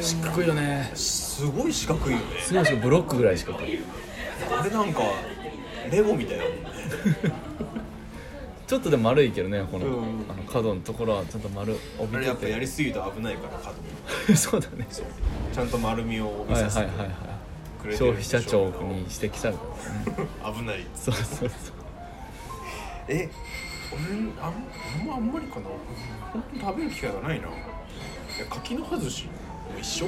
[SPEAKER 2] しっこいよね
[SPEAKER 1] すごい四角いよね
[SPEAKER 2] すごいしブロックぐらいしか
[SPEAKER 1] これなんかレゴみたいだもんね
[SPEAKER 2] ちょっとでも丸いけどねこの,、
[SPEAKER 1] うん
[SPEAKER 2] あの角のところはちゃんと丸
[SPEAKER 1] あ
[SPEAKER 2] 帯
[SPEAKER 1] れ
[SPEAKER 2] び
[SPEAKER 1] やっぱや
[SPEAKER 2] て
[SPEAKER 1] りすぎると危ないから角
[SPEAKER 2] て *laughs* そうだね
[SPEAKER 1] ちゃんと丸みを帯び
[SPEAKER 2] はいは
[SPEAKER 1] さ
[SPEAKER 2] い
[SPEAKER 1] せ
[SPEAKER 2] はい
[SPEAKER 1] てく
[SPEAKER 2] は
[SPEAKER 1] れ
[SPEAKER 2] い
[SPEAKER 1] てる
[SPEAKER 2] 消
[SPEAKER 1] ん
[SPEAKER 2] 費
[SPEAKER 1] でし
[SPEAKER 2] 者
[SPEAKER 1] ょうけど
[SPEAKER 2] 庁に指摘された
[SPEAKER 1] 危ない
[SPEAKER 2] そうそうそう
[SPEAKER 1] え俺あんあんまあんまりかな俺本当に食べる機会がないないや柿の葉寿司も一緒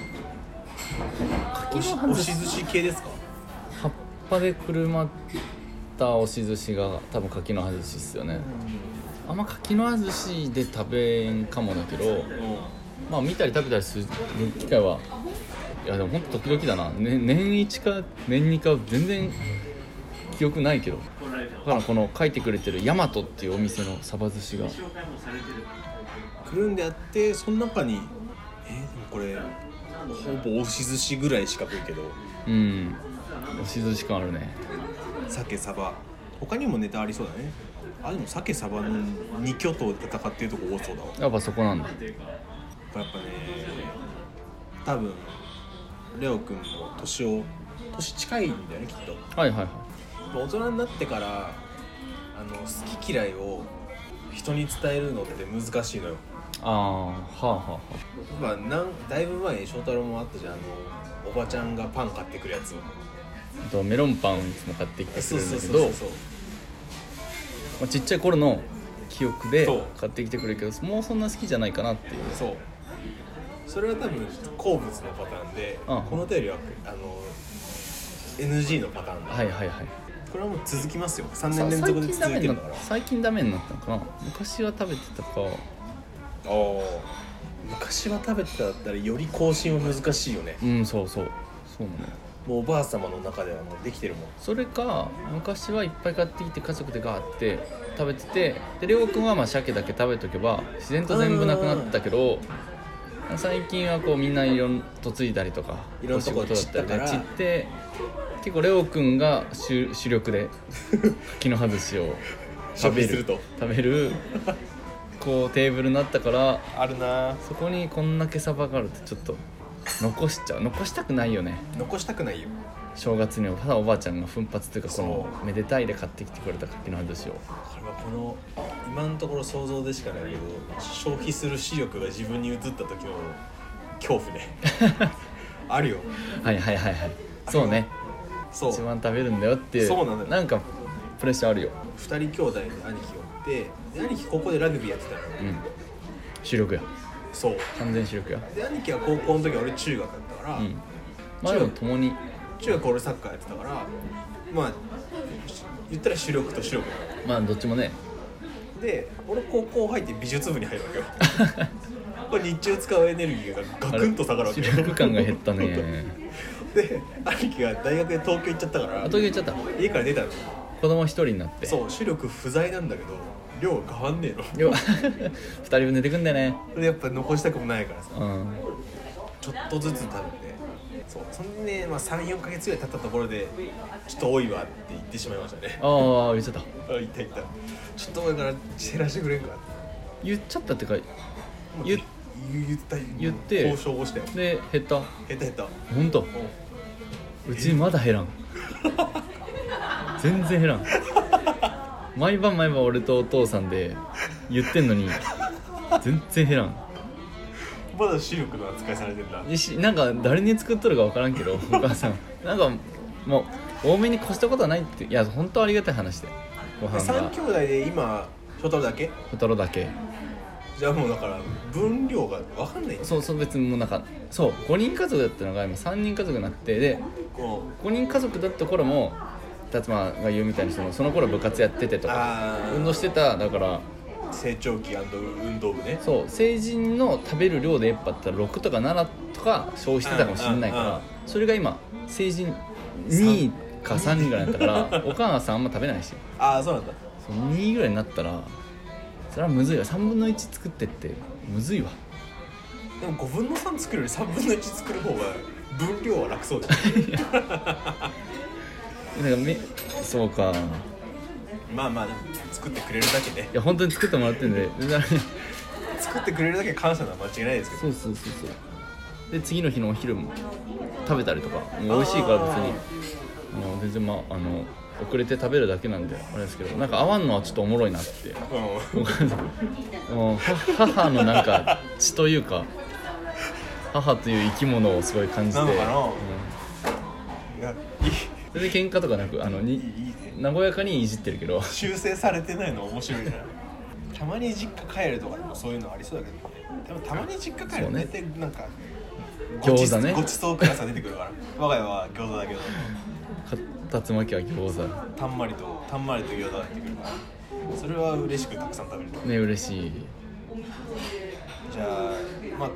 [SPEAKER 1] 柿
[SPEAKER 2] の葉寿司
[SPEAKER 1] し寿司系ですか
[SPEAKER 2] 葉っぱでくるまった押し寿司が多分柿の葉寿司っすよねあんま柿の葉寿司で食べんかもだけどまあ見たり食べたりする機会はいやでもほんと時々だな、ね、年一か年二か全然記憶ないけどだからこの書いてくれてるヤマトっていうお店のサバ寿司が
[SPEAKER 6] くるんであってその中にえーでもこれ
[SPEAKER 1] ほぼ押し寿司ぐらい四角いけど
[SPEAKER 2] うん押し寿司感あるね
[SPEAKER 1] 鮭サバ他にもネタありそうだねあでも鮭サバの2巨頭で戦ってるとこ多そうだわ
[SPEAKER 2] やっぱそこなんだ
[SPEAKER 1] やっぱね多分レオ君も年を年近いんだよねきっと
[SPEAKER 2] はいはいはい
[SPEAKER 1] 大人になってからあの好き嫌いを人に伝えるのって難しいのよ
[SPEAKER 2] ああはあはあは
[SPEAKER 1] まあなんだいぶ前に翔太郎もあったじゃんあのおばちゃんがパン買ってくるやつ
[SPEAKER 2] ああとメロンパンをいつも買ってきてく
[SPEAKER 1] そう
[SPEAKER 2] れるん
[SPEAKER 1] そ
[SPEAKER 2] だ
[SPEAKER 1] うそ
[SPEAKER 2] け
[SPEAKER 1] うそ
[SPEAKER 2] ど
[SPEAKER 1] うそう
[SPEAKER 2] まあちっちゃい頃の記憶で
[SPEAKER 1] そう
[SPEAKER 2] 買ってきてくれるけどもうそんな好きじゃないかなっていう
[SPEAKER 1] そうそれは多分好物のパターンで、
[SPEAKER 2] うん
[SPEAKER 1] この手よりはあの NG のパターンだ、
[SPEAKER 2] はいはいはい
[SPEAKER 1] これはもう続きますよ3
[SPEAKER 2] さ
[SPEAKER 1] 年連続で続いてるんだからあ
[SPEAKER 2] 最近ダメになったのかな昔は食べてたか
[SPEAKER 1] あ昔は食べてただったらより更新は難しいよね
[SPEAKER 2] うんそうそうそうなのよ
[SPEAKER 1] もうおばあ様の中ではもうできてるもん
[SPEAKER 2] それか昔はいっぱい買ってきて家族でガーって食べててでりょうくんはまあ鮭だけ食べとけば自然と全部なくなったけど最近はこうみんないろん嫁いだりとか
[SPEAKER 1] いろんなとこ
[SPEAKER 2] お仕事だったりで
[SPEAKER 1] 散
[SPEAKER 2] 散
[SPEAKER 1] っ
[SPEAKER 2] った
[SPEAKER 1] か
[SPEAKER 2] て結構レオくんが主主
[SPEAKER 1] *laughs*
[SPEAKER 2] 力で柿の葉寿司を食べ
[SPEAKER 1] 消費する
[SPEAKER 2] る
[SPEAKER 1] と
[SPEAKER 2] 食べるこうテーブルになったから
[SPEAKER 1] あるな
[SPEAKER 2] そこにこんだけサバがあるとちょっと残しちゃう残したくないよね
[SPEAKER 1] 残したくないよ
[SPEAKER 2] 正月にはただおばあちゃんが奮発というかこの
[SPEAKER 1] そ
[SPEAKER 2] めでたいで買ってきてくれた柿の葉寿司を
[SPEAKER 1] これはこの今のところ想像でしかないけど消費する視力が自分に移った時の恐怖
[SPEAKER 2] *laughs*
[SPEAKER 1] ねあるよ
[SPEAKER 2] はいはいはいはいそうね
[SPEAKER 1] そう
[SPEAKER 2] 一番食べるんだよっていう
[SPEAKER 1] そうなのよ
[SPEAKER 2] なんかプレッシャーあるよ、
[SPEAKER 1] 2人兄弟で兄貴がおってで兄貴ここでラグビーやってたのよ
[SPEAKER 2] うん、主力や
[SPEAKER 1] そう
[SPEAKER 2] 完全主力や
[SPEAKER 1] で兄貴は高校の時俺中学だったから、
[SPEAKER 2] うんまあでも共に
[SPEAKER 1] 中学俺サッカーやってたからまあし言ったら主力と主力なの
[SPEAKER 2] まあどっちもね
[SPEAKER 1] で俺高校入って美術部に入るわ
[SPEAKER 2] *laughs*
[SPEAKER 1] けよこれ日中使うエネルギーがガクンと下がるわけ
[SPEAKER 2] 主力感が減ったね
[SPEAKER 1] *laughs* で兄貴が大学で東京行っちゃったから
[SPEAKER 2] あと言っちゃった
[SPEAKER 1] 家から出たの
[SPEAKER 2] 子供一人になって
[SPEAKER 1] そう主力不在なんだけど量が変わんねえの
[SPEAKER 2] 要は *laughs* 二人分出てくんだよね
[SPEAKER 1] それ *laughs* やっぱ残したくもないからさ
[SPEAKER 2] うん
[SPEAKER 1] ちょっとずつ食べてそうそんでね、まあ、34か月ぐらい経ったところでちょっと多いわって言ってしまいましたね *laughs*
[SPEAKER 2] ああ言っちゃった
[SPEAKER 1] あいったいったちょっと前から減らしてくれんか
[SPEAKER 2] 言っちゃったってか
[SPEAKER 1] もう
[SPEAKER 2] 言っ
[SPEAKER 1] 言言った
[SPEAKER 2] 言って
[SPEAKER 1] 交渉をしたよ
[SPEAKER 2] で減った
[SPEAKER 1] 減った減った
[SPEAKER 2] ほんとうちまだ減らん全然減らん毎晩毎晩俺とお父さんで言ってんのに全然減らん
[SPEAKER 1] まだ視力の扱いされてんだ
[SPEAKER 2] でしなんか誰に作っとるか分からんけどお母さんなんかもう多めに越したことはないっていや本当ありがたい話でご飯
[SPEAKER 1] 3
[SPEAKER 2] が
[SPEAKER 1] 兄弟で今翔太郎だけ
[SPEAKER 2] 小太郎だけ
[SPEAKER 1] じゃあもうだから分量が分かんないんだ
[SPEAKER 2] そうそう別にもうなんかそう5人家族だったのが今3人家族になってで
[SPEAKER 1] こ
[SPEAKER 2] 5人家族だった頃も達馬が言うみたいにそのその頃部活やっててと
[SPEAKER 1] あ
[SPEAKER 2] か
[SPEAKER 1] ー
[SPEAKER 2] 運動してただから
[SPEAKER 1] う成長期運動部ね
[SPEAKER 2] そう成人の食べる量でやっぱったら6とか7とか消費してたかもしれないか
[SPEAKER 1] うんうんうん
[SPEAKER 2] らそれが今成人2か3ぐらいになったか
[SPEAKER 1] *laughs*
[SPEAKER 2] らお母さんあんま食べないし
[SPEAKER 1] ああそうなんだ
[SPEAKER 2] その2ぐらいになったらそれはむずいわ3分の1作ってってむずいわ
[SPEAKER 1] でも5分の3作るより3分の1作る方が分量は楽そうだよ
[SPEAKER 2] *laughs* だからめそうか
[SPEAKER 1] まあまあでも作ってくれるだけね
[SPEAKER 2] いや本当に作ってもらってんで
[SPEAKER 1] 作ってくれるだけ感謝なのは間違いないですけど
[SPEAKER 2] そうそうそうそうで次の日のお昼も食べたりとかもう美味しいから別にあの全然まああの遅れて食べるだけなんであれですけどなんか合わんのはちょっとおもろいなって
[SPEAKER 1] う
[SPEAKER 2] 僕もう母母のなんか血というか母という生き物をすごい感じて
[SPEAKER 1] なのかななんいやいい
[SPEAKER 2] うん、全然喧嘩とかなくあのに
[SPEAKER 1] いいね
[SPEAKER 2] 和やかにいじってるけど
[SPEAKER 1] 修正されてないの面白いなたまに実家帰るとかでもそういうのありそうだけどねでもたまに実家帰ると大体なんかごち
[SPEAKER 2] 餃子ね
[SPEAKER 1] ごちそうクラスが出てくるから我が家は餃子だけど
[SPEAKER 2] 竜巻は餃子
[SPEAKER 1] たんまりとたんまりと餃子が出てくるからそれは嬉しくたくさん食べる
[SPEAKER 2] ね嬉しい
[SPEAKER 1] じゃあ、まあ、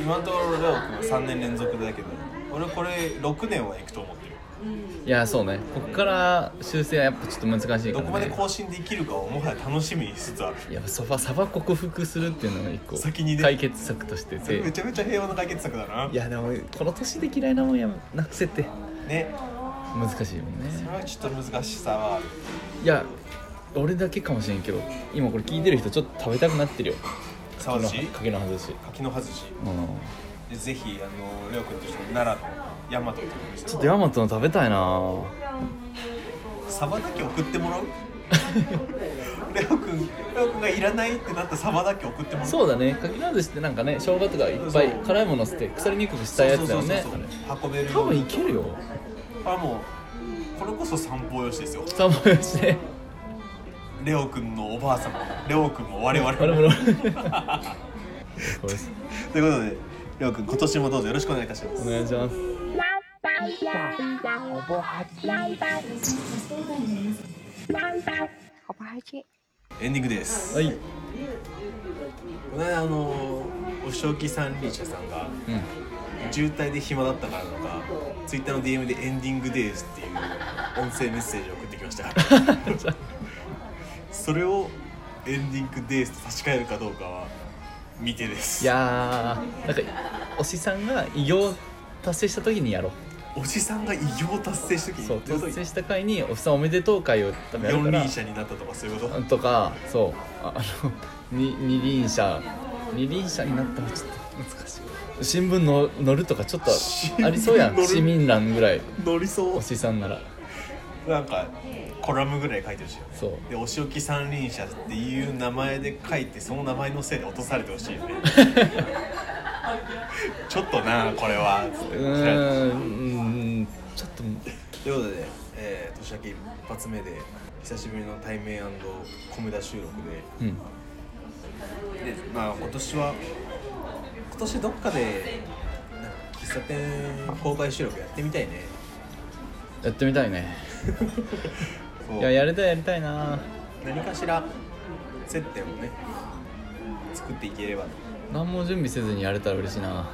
[SPEAKER 1] 今のところレオ君は3年連続だけど俺これ6年は行くと思ってる
[SPEAKER 2] いやそうねこっから修正はやっぱちょっと難しいから、ね、
[SPEAKER 1] どこまで更新できるかをもはや楽しみにしつつある
[SPEAKER 2] いやサバサバ克服するっていうのが一個
[SPEAKER 1] 先にね
[SPEAKER 2] 解決策として
[SPEAKER 1] それ
[SPEAKER 2] て
[SPEAKER 1] めちゃめちゃ平和な解決策だない
[SPEAKER 2] やでもこの年で嫌いなもんやなくせって
[SPEAKER 1] ね
[SPEAKER 2] 難しいもんね
[SPEAKER 1] それはちょっと難しさはある
[SPEAKER 2] いや俺だけかもしれんけど今これ聞いてる人ちょっと食べたくなってるよ
[SPEAKER 1] さわし
[SPEAKER 2] かけの外し
[SPEAKER 1] 柿の葉寿司
[SPEAKER 2] うん
[SPEAKER 1] でぜひあのレオ君と一緒に奈良の大和というところに
[SPEAKER 2] ちょっとヤマトの食べたいな
[SPEAKER 1] サバだけ送ってもらうレオ君レオ君がいらないってなったサバだけ送ってもらう
[SPEAKER 2] そうだねかけの外しってなんかね生姜とかいっぱい
[SPEAKER 1] そう
[SPEAKER 2] 辛いもの捨て腐りにくくしたやつだよね
[SPEAKER 1] そう
[SPEAKER 2] あ
[SPEAKER 1] そう
[SPEAKER 2] れ
[SPEAKER 1] そうそう運べる
[SPEAKER 2] 多分いけるよ
[SPEAKER 1] あもうこれこそ散歩用紙ですよ
[SPEAKER 2] サンマヨして *laughs*
[SPEAKER 1] レオ君のおばあさまレオ君も我々も
[SPEAKER 2] あれも
[SPEAKER 1] *laughs* ということでレオ君今年もどうぞよろしくお願いいたします
[SPEAKER 2] お願いします
[SPEAKER 1] エンディングです
[SPEAKER 2] はい、うん、
[SPEAKER 1] この間あのお正気三輪車さんが渋滞で暇だったからなのかツイッターの DM で「エンディングです」っていう音声メッセージを送ってきました *laughs* それを「エンディングです」と差し替えるかどうかは見てです
[SPEAKER 2] いやーなんかおしさんが偉業達成した時にやろ
[SPEAKER 1] おじさんが偉業達成した時
[SPEAKER 2] う
[SPEAKER 1] に
[SPEAKER 2] そう達成
[SPEAKER 1] 4
[SPEAKER 2] した回におしさんおめでとう会を多分やるから
[SPEAKER 1] 輪車になったとかそういうこと
[SPEAKER 2] とかそうああのに二輪車二輪車になったらちょっと難しい新聞の乗るとかちょっと
[SPEAKER 1] 新聞
[SPEAKER 2] ありそうやん
[SPEAKER 1] 乗る
[SPEAKER 2] 市民欄ぐらい
[SPEAKER 1] 乗りそ
[SPEAKER 2] おしさんなら
[SPEAKER 1] うなんかコラムぐらい書いてほしいよね
[SPEAKER 2] そう
[SPEAKER 1] でお仕置き三輪車っていう名前で書いてその名前のせいで落とされてほしい
[SPEAKER 2] *laughs*
[SPEAKER 1] よねちょっとなこれはつって
[SPEAKER 2] うーんちょっと
[SPEAKER 1] ということで、えー年明け一発目で久しぶりの対面米田収録
[SPEAKER 2] うん
[SPEAKER 1] でで、まあ、今年は今年どっかでなんか喫茶店公開収録やってみたいね
[SPEAKER 2] やってみたいね
[SPEAKER 1] そう
[SPEAKER 2] いややりたいやりたいな
[SPEAKER 1] 何かしら接点をね作っていければと
[SPEAKER 2] 何も準備せずにやれたら嬉しいな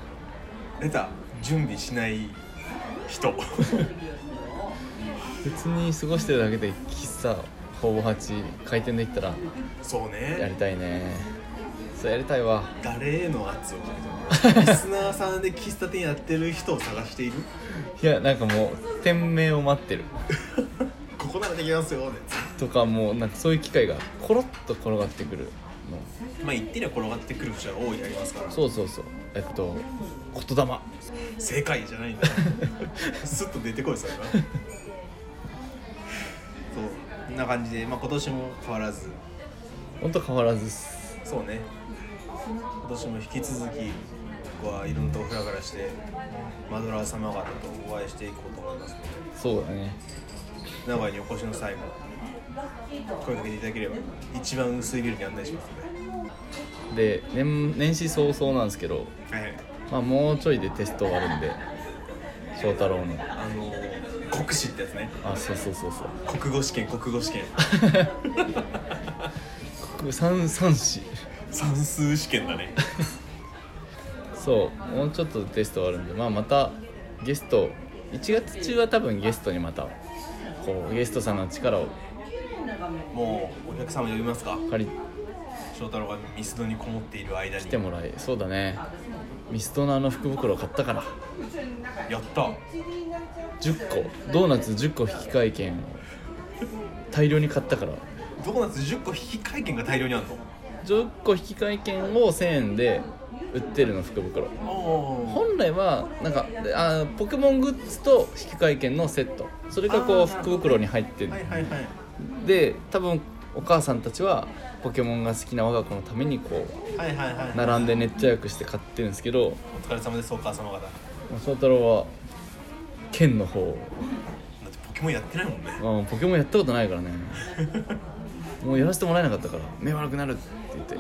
[SPEAKER 1] 出た準備しない人
[SPEAKER 2] 別に過ごしてるだけで喫茶ほぼ8回転できたら
[SPEAKER 1] そう
[SPEAKER 2] や
[SPEAKER 1] ね
[SPEAKER 2] りたいねそうやりたいわ
[SPEAKER 1] 誰への圧をかけてもリスナーさんで喫茶店やってる人を探している
[SPEAKER 2] いやなんかもう店名を待ってる
[SPEAKER 1] ここならできますよね
[SPEAKER 2] とかもうなんかそういう機会がコロッと転がってくるの
[SPEAKER 1] まあ言ってりゃ転がってくる人は多いありますから
[SPEAKER 2] そうそうそうえっと言霊
[SPEAKER 1] 正解じゃないんだスッと出てこいそれはそうこんな感じで、まあ、今年も変わらず
[SPEAKER 2] ほんと変わらずっす
[SPEAKER 1] そうね今年も引き続き僕はいろんなとこフラフラしてマドラー様方とお会いしていこうと思いますので
[SPEAKER 2] そうだね
[SPEAKER 1] 名古屋にお越しの際も声かけていただければ一番薄いビルに案内しますの
[SPEAKER 2] で年年始早々なんですけど、
[SPEAKER 1] で、はいはい、
[SPEAKER 2] まあ、もうちょいでテスト終わるんで翔太郎の
[SPEAKER 1] あのー国試ってやつね
[SPEAKER 2] あそうそうそうそう
[SPEAKER 1] 国語試験国語試験
[SPEAKER 2] 国三三子
[SPEAKER 1] 算数試験だね
[SPEAKER 2] そうもうちょっとでテスト終わるんで、まあ、またゲスト1月中は多分ゲストにまたこうゲストさんの力を
[SPEAKER 1] もうお客様呼びますか
[SPEAKER 2] 借り
[SPEAKER 1] 翔太郎がミスドにこもっている間に
[SPEAKER 2] 来てもらえそうだねミストのあの福袋を買ったから
[SPEAKER 1] やった
[SPEAKER 2] 10個ドーナツ10個引換券を大量に買ったから
[SPEAKER 1] ドーナツ10個引き換券が大量にあるの
[SPEAKER 2] 10個引換券を1000円で売ってるの福袋
[SPEAKER 1] お
[SPEAKER 2] 本来はなんかあーポケモングッズと引換券のセットそれがこ
[SPEAKER 1] あ
[SPEAKER 2] う
[SPEAKER 1] ー
[SPEAKER 2] 福袋に入ってる
[SPEAKER 1] はいはいはい
[SPEAKER 2] で多分お母さんたちはポケモンが好きな我が子のためにこ
[SPEAKER 1] はいはいはいう
[SPEAKER 2] 並んで熱茶役して買ってるんですけど
[SPEAKER 1] お疲れ様ですお母様方だって
[SPEAKER 2] まあ翔太郎は剣の方を
[SPEAKER 1] ポケモンやってないもんね
[SPEAKER 2] うん、ポケモンやったことないからねもうやらせてもらえなかったから目悪くなるって言って、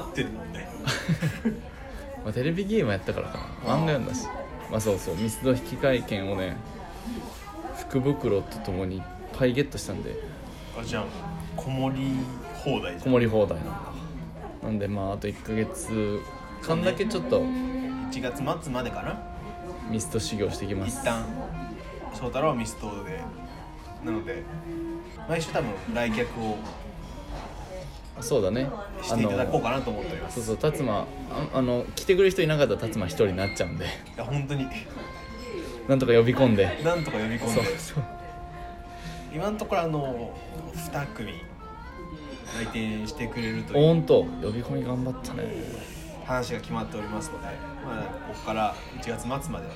[SPEAKER 1] なってるもんね
[SPEAKER 2] あ、テレビゲームやったからかな漫画読んだしまあそうそうミスド引換券をね福袋とともにいっぱいゲットしたんで
[SPEAKER 1] あじゃあ子守り放題じ
[SPEAKER 2] こもり放題なんだなんでまああと1ヶ月間だけちょっと
[SPEAKER 1] ゃん1月末までかな
[SPEAKER 2] ミスド修行してきま
[SPEAKER 1] 一
[SPEAKER 2] す
[SPEAKER 1] 旦翔太郎はミストでなので毎週多分来客を
[SPEAKER 2] そうだね
[SPEAKER 1] していただこう
[SPEAKER 2] あの
[SPEAKER 1] かなと思っております
[SPEAKER 2] そうそう達馬ああの来てくれる人いなかったら達馬一人になっちゃうんで
[SPEAKER 1] いや本当に
[SPEAKER 2] なんとか呼び込んで
[SPEAKER 1] なんとか呼び込ん
[SPEAKER 2] そう
[SPEAKER 1] で
[SPEAKER 2] そう
[SPEAKER 1] 今のところあの2組来店してくれるという
[SPEAKER 2] 本当呼び込み頑張ったね
[SPEAKER 1] 話が決まっておりますので、まあ、ここから1月末まではね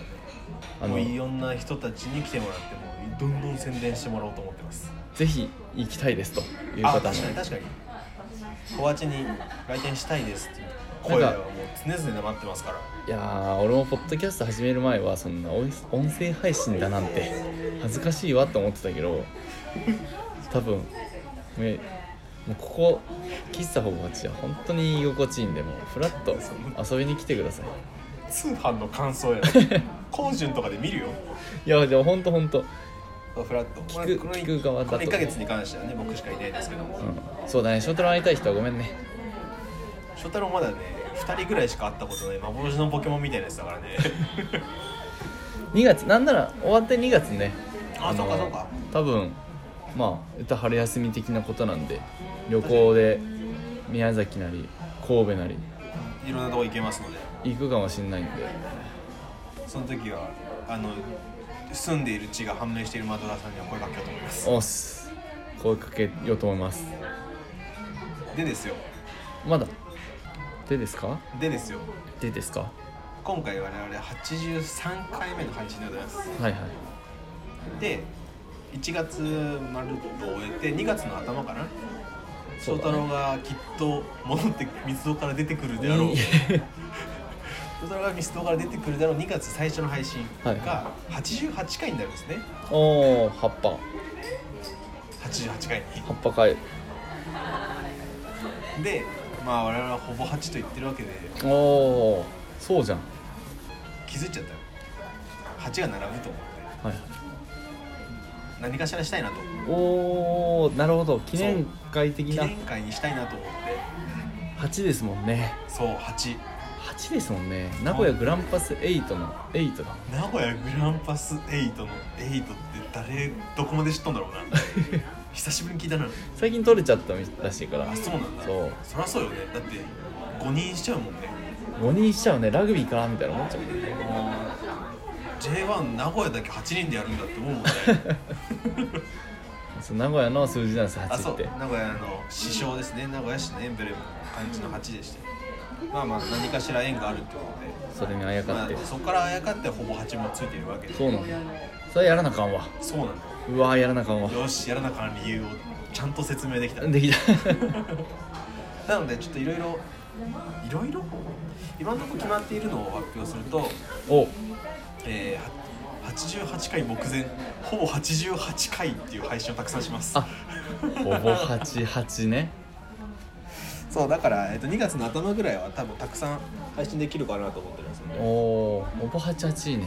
[SPEAKER 2] あ
[SPEAKER 1] も
[SPEAKER 2] の
[SPEAKER 1] ういろんな人たちに来てもらってもどんどん宣伝してもらおうと思ってます
[SPEAKER 2] ぜひ行きたいですという
[SPEAKER 1] あ
[SPEAKER 2] 方
[SPEAKER 1] 確
[SPEAKER 2] も
[SPEAKER 1] かに確かに小鉢に来店したいですっていう声はもう常々待ってますから
[SPEAKER 2] いやー俺もポッドキャスト始める前はそんな音音声配信だなんて恥ずかしいわって思ってたけど多分めもうここ喫茶ほぼ8は本当に居心地いいんでもうフラッと遊びに来てください
[SPEAKER 1] 通販の感想やコンジュンとかで見るよ
[SPEAKER 2] いやでも本当本当
[SPEAKER 1] フラット
[SPEAKER 2] 聞く
[SPEAKER 1] この
[SPEAKER 2] 聞く側だと
[SPEAKER 1] この1ヶ月に関してはね僕しかいないですけども、
[SPEAKER 2] うんそうだね翔太郎会いたい人はごめんね
[SPEAKER 1] 翔太郎まだね2人ぐらいしか会ったことない幻のポケモンみたいなやつだからね
[SPEAKER 2] 2月なんなら終わって2月ね
[SPEAKER 1] あそうかそうか
[SPEAKER 2] 多分まあ歌春休み的なことなんで旅行で宮崎なり神戸なり
[SPEAKER 1] いろんなとこ行けますので
[SPEAKER 2] 行くかもしんないんで
[SPEAKER 1] その時はあの住んでいる地が判明しているマドラーさんには声かけようと思います
[SPEAKER 2] おっす声かけようと思います
[SPEAKER 1] でですよ
[SPEAKER 2] まだでですか
[SPEAKER 1] でですよ
[SPEAKER 2] でですか
[SPEAKER 1] 今回我々83回目の配信でございます
[SPEAKER 2] はいはい
[SPEAKER 1] で1月まるっと終えて2月の頭かな翔太郎がきっと戻って密度から出てくるであろう
[SPEAKER 2] いい
[SPEAKER 1] 翔太郎が密度から出てくるであろう2月最初の配信が88回になるんですね
[SPEAKER 2] おお葉っぱ
[SPEAKER 1] 88回に
[SPEAKER 2] 葉っぱ会
[SPEAKER 1] でまあ我々はほぼ8と言ってるわけで
[SPEAKER 2] おおそうじゃん
[SPEAKER 1] 気づいちゃったよ8が並ぶと思って
[SPEAKER 2] はい
[SPEAKER 1] 何かしらしたいなと
[SPEAKER 2] おおなるほど記念会的
[SPEAKER 1] 記
[SPEAKER 2] な
[SPEAKER 1] 念会にしたいなと思って
[SPEAKER 2] 8ですもんね
[SPEAKER 1] そう8
[SPEAKER 2] 8ですもんね名古屋グランパス8の8だ
[SPEAKER 1] 名古屋グランパス8の8って誰どこまで知っとんだろ
[SPEAKER 2] *laughs*
[SPEAKER 1] うな久しぶりに聞いたな
[SPEAKER 2] 最近取れちゃったらしいから
[SPEAKER 1] あそうなんだ
[SPEAKER 2] そう
[SPEAKER 1] そりゃそうよねだって5人しちゃうもんね
[SPEAKER 2] 5人しちゃうねラグビーかみたいな思っちゃう
[SPEAKER 1] J1 名古屋だけ8人でやるんだって思うも
[SPEAKER 2] *laughs*
[SPEAKER 1] んね
[SPEAKER 2] そう名古屋の数字なんです
[SPEAKER 1] あそ
[SPEAKER 2] 8
[SPEAKER 1] う
[SPEAKER 2] って
[SPEAKER 1] 名古屋の師匠ですね名古屋市のエンブレムの漢字の8でしてまあまあ何かしら縁があるってことで
[SPEAKER 2] それにあやか
[SPEAKER 1] ま
[SPEAKER 2] っ
[SPEAKER 1] あ
[SPEAKER 2] て、
[SPEAKER 1] そこからあやかってほぼ8もついてるわけで
[SPEAKER 2] そうなんだそれやらなあかんわ
[SPEAKER 1] そうなんだ
[SPEAKER 2] うわやらなあかんわ
[SPEAKER 1] よしやらなあかん理由をちゃんと説明できた
[SPEAKER 2] できた *laughs*
[SPEAKER 1] なのでちょっといろいろいろいろ今のところ決まっているのを発表すると、
[SPEAKER 2] お
[SPEAKER 1] えー、は88回目前ほぼ88回っていう配信をたくさんします
[SPEAKER 2] あほぼ88ね
[SPEAKER 1] そうだから、えっと2月の頭ぐらいは多分たくさん配信できるかなと思ってるんですよね
[SPEAKER 2] おーほぼ88いいね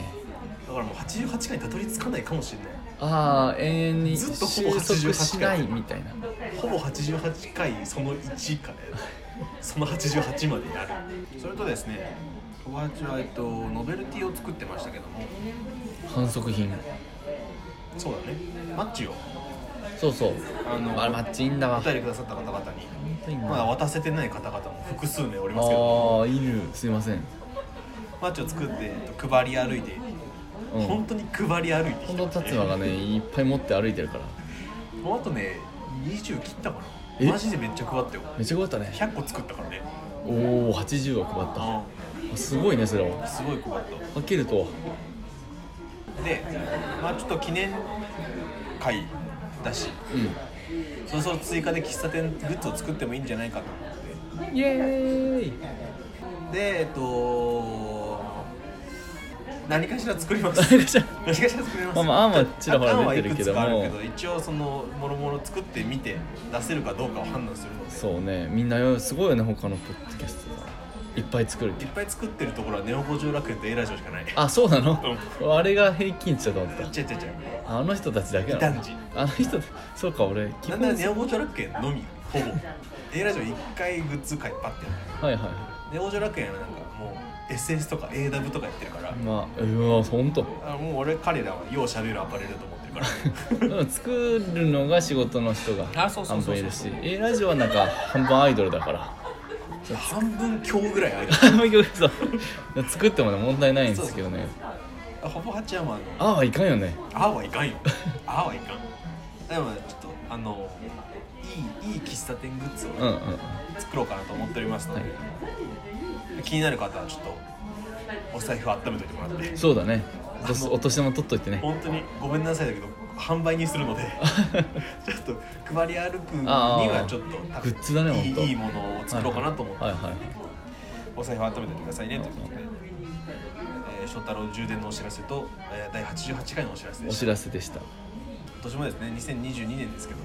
[SPEAKER 1] だからもう88回にたどり着かないかもしれな
[SPEAKER 2] ああ永遠に
[SPEAKER 1] ずっとほぼ88
[SPEAKER 2] 収束しないみたいない
[SPEAKER 1] ほぼ88回その1からその88までやるそれとですね友達はえっとノベルティを作ってましたけども
[SPEAKER 2] 反則品
[SPEAKER 1] そうだねマッチを
[SPEAKER 2] そうそう
[SPEAKER 1] あの
[SPEAKER 2] あマッチいいんだわ
[SPEAKER 1] お便りくださった方々に
[SPEAKER 2] 当にね
[SPEAKER 1] まだ渡せてない方々も複数名おりますけど
[SPEAKER 2] ああいるすいません
[SPEAKER 1] マッチを作ってえっと配り歩いて、
[SPEAKER 2] うん
[SPEAKER 1] 本当に配り歩いてき
[SPEAKER 2] 本
[SPEAKER 1] た
[SPEAKER 2] 当達馬がねいっぱい持って歩いてるから
[SPEAKER 1] もうあとね20切ったか
[SPEAKER 2] え
[SPEAKER 1] なマジでめっちゃ配ったよ
[SPEAKER 2] めっちゃ良かったね
[SPEAKER 1] 100個作ったからね
[SPEAKER 2] おお80は配ったあすごいねそれは
[SPEAKER 1] すごい配った
[SPEAKER 2] かけるとは
[SPEAKER 1] でまあちょっと記念会だし
[SPEAKER 2] う
[SPEAKER 1] そろそろ追加で喫茶店グッズを作ってもいいんじゃないかと思って
[SPEAKER 2] んイエーイ
[SPEAKER 1] でえっと何かしら作ります
[SPEAKER 2] 何かしら
[SPEAKER 1] 何かしら作ります
[SPEAKER 2] まあまあ案はちらほら出てるけども
[SPEAKER 1] 案はいくつかあるけど一応そのもろもろ作ってみて出せるかどうかを判断するので
[SPEAKER 2] そうねみんなよすごいよね他のポッドキャストがいっぱい作るって
[SPEAKER 1] いっぱい作ってるところはネオ五条楽園と A ラジオしかない
[SPEAKER 2] あそうなの、あれが平均値だと思った
[SPEAKER 1] ちゃちゃちゃ
[SPEAKER 2] あの人たちだけなの
[SPEAKER 1] 異端児
[SPEAKER 2] あの人たそうか俺基
[SPEAKER 1] なんならネオ五条楽園のみほぼ A ラジオ1回グッズ買いパッてやる
[SPEAKER 2] はいは
[SPEAKER 1] ネオ五条楽園はなんかもう SS とか AW とかやってるから
[SPEAKER 2] いまあうわほんと
[SPEAKER 1] あもう俺彼らはよう喋るアパレルと思ってるから
[SPEAKER 2] *laughs* でも作るのが仕事の人が
[SPEAKER 1] あそうそう
[SPEAKER 2] 半
[SPEAKER 1] そうそう
[SPEAKER 2] 分いるし A ラジオはなんか半分アイドルだから
[SPEAKER 1] 半分強ぐらいある
[SPEAKER 2] あんまりそう作ってもね問題ないんですけどね
[SPEAKER 1] あほぼ八山の
[SPEAKER 2] ああはいかんよね
[SPEAKER 1] あーはいかんよあーはいかんでもちょっとあのいいいい喫茶店グッズ
[SPEAKER 2] うんう
[SPEAKER 1] を
[SPEAKER 2] ん
[SPEAKER 1] 作ろうかなと思っておりますので、
[SPEAKER 2] は
[SPEAKER 1] 気になる方はちょっとお財布温めといてもらって
[SPEAKER 2] そうだねお年お年玉取っといてね
[SPEAKER 1] 本当にごめんなさいだけど販売にするのでちょっと配り歩くに
[SPEAKER 2] あー
[SPEAKER 1] はちょっと多分
[SPEAKER 2] グッズだね
[SPEAKER 1] いい
[SPEAKER 2] 本当
[SPEAKER 1] いいものを作ろうかなと思って、
[SPEAKER 2] はいはい
[SPEAKER 1] お財布温めておいてくださいねということで、えー、翔太郎充電のお知らせと、えー、第88回のお知らせで
[SPEAKER 2] お
[SPEAKER 1] した
[SPEAKER 2] 知らせでした
[SPEAKER 1] 今年もですね2022年ですけど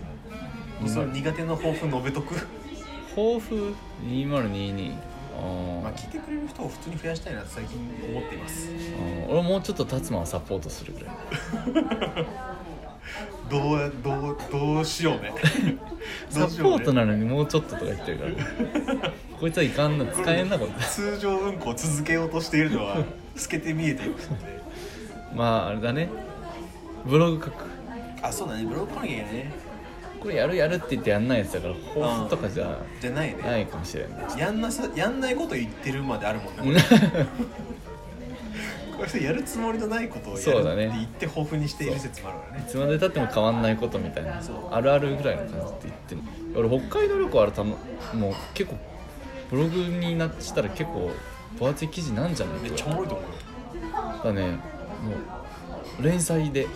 [SPEAKER 1] も、その苦手の抱負 *laughs* 述べとく
[SPEAKER 2] 抱負2022あ
[SPEAKER 1] まあ
[SPEAKER 2] ー
[SPEAKER 1] 聞いてくれる人を普通に増やしたいなって最近思っています
[SPEAKER 2] あー俺もうちょっと達馬をサポートするぐらい
[SPEAKER 1] どうどうどうしようね
[SPEAKER 2] *laughs* サポート
[SPEAKER 1] な
[SPEAKER 2] なのにもうちょっととか言ってるから
[SPEAKER 1] *laughs*
[SPEAKER 2] こいつはいかんな使えんなこいつ
[SPEAKER 1] 通常運行を続けようとしているの
[SPEAKER 2] *laughs*
[SPEAKER 1] は透けて見えていますので
[SPEAKER 2] まああれだねブログ書く
[SPEAKER 1] あそうだねブログ書かなきゃいけないね
[SPEAKER 2] これやるやるって言ってやんないやつだから抱負とかじゃ
[SPEAKER 1] じゃないね、
[SPEAKER 2] ないかもしれない
[SPEAKER 1] やんなさやんないこと言ってるまであるもんねこれ
[SPEAKER 2] う
[SPEAKER 1] これやるつもりのないことをや
[SPEAKER 2] そうだ
[SPEAKER 1] る
[SPEAKER 2] ね
[SPEAKER 1] って言って抱負にしている説もあるから
[SPEAKER 2] んい
[SPEAKER 1] ね
[SPEAKER 2] つまでたっても変わんないことみたいなあるあるぐらいの感じって言ってる俺北海道旅行あれたのもう結構ブログになしたら結構分厚い記事なんじゃない
[SPEAKER 1] めっ
[SPEAKER 2] か
[SPEAKER 1] ちゃおもろいと思うよ
[SPEAKER 2] だねもう連載で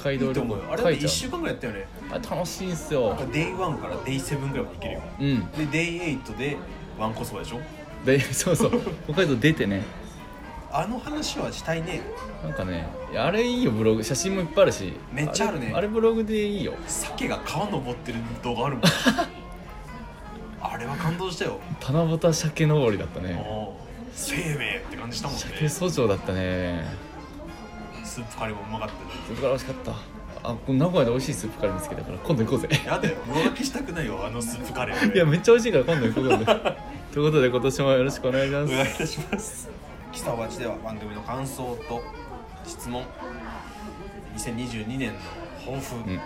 [SPEAKER 2] 北海
[SPEAKER 1] い
[SPEAKER 2] 道
[SPEAKER 1] いと
[SPEAKER 2] 旅
[SPEAKER 1] 思うよあ
[SPEAKER 2] 行
[SPEAKER 1] れだ
[SPEAKER 2] 書
[SPEAKER 1] って
[SPEAKER 2] い
[SPEAKER 1] 1
[SPEAKER 2] ち
[SPEAKER 1] 週間ぐらいやったよね
[SPEAKER 2] ゃうあれ楽しいんすよ
[SPEAKER 1] デイ1からデイ7ぐらいまでいけるよ
[SPEAKER 2] うん
[SPEAKER 1] でデイ8でワンコそばでしょ
[SPEAKER 2] で *laughs* そうそう北海道出てね
[SPEAKER 1] あの話はしたいね
[SPEAKER 2] なんかねいやあれいいよブログ写真もいっぱいあるし
[SPEAKER 1] めっちゃあるね
[SPEAKER 2] れあれブログでいいよ
[SPEAKER 1] 鮭が川登ってる動画ある
[SPEAKER 2] *laughs*
[SPEAKER 1] もんあれは感動したよ
[SPEAKER 2] 七夕鮭登りだったね
[SPEAKER 1] もう生命って感じしたもんね
[SPEAKER 2] 鮭
[SPEAKER 1] ス
[SPEAKER 2] 総長だったね
[SPEAKER 1] ープカレーもうまかった
[SPEAKER 2] それから美味しかったあこの名古屋で美味しいスープカレー見つけたから今度行こうぜ *laughs*
[SPEAKER 1] しやだよ浮気したくないよあのスープカレー
[SPEAKER 2] いやめっちゃ美味しいから今度行 *laughs* こう今度ということで今年もよろしくお願いしま
[SPEAKER 1] お
[SPEAKER 2] す
[SPEAKER 1] 願いいたしますキサおバチでは番組の感想と質問2022年の抱負、
[SPEAKER 2] ん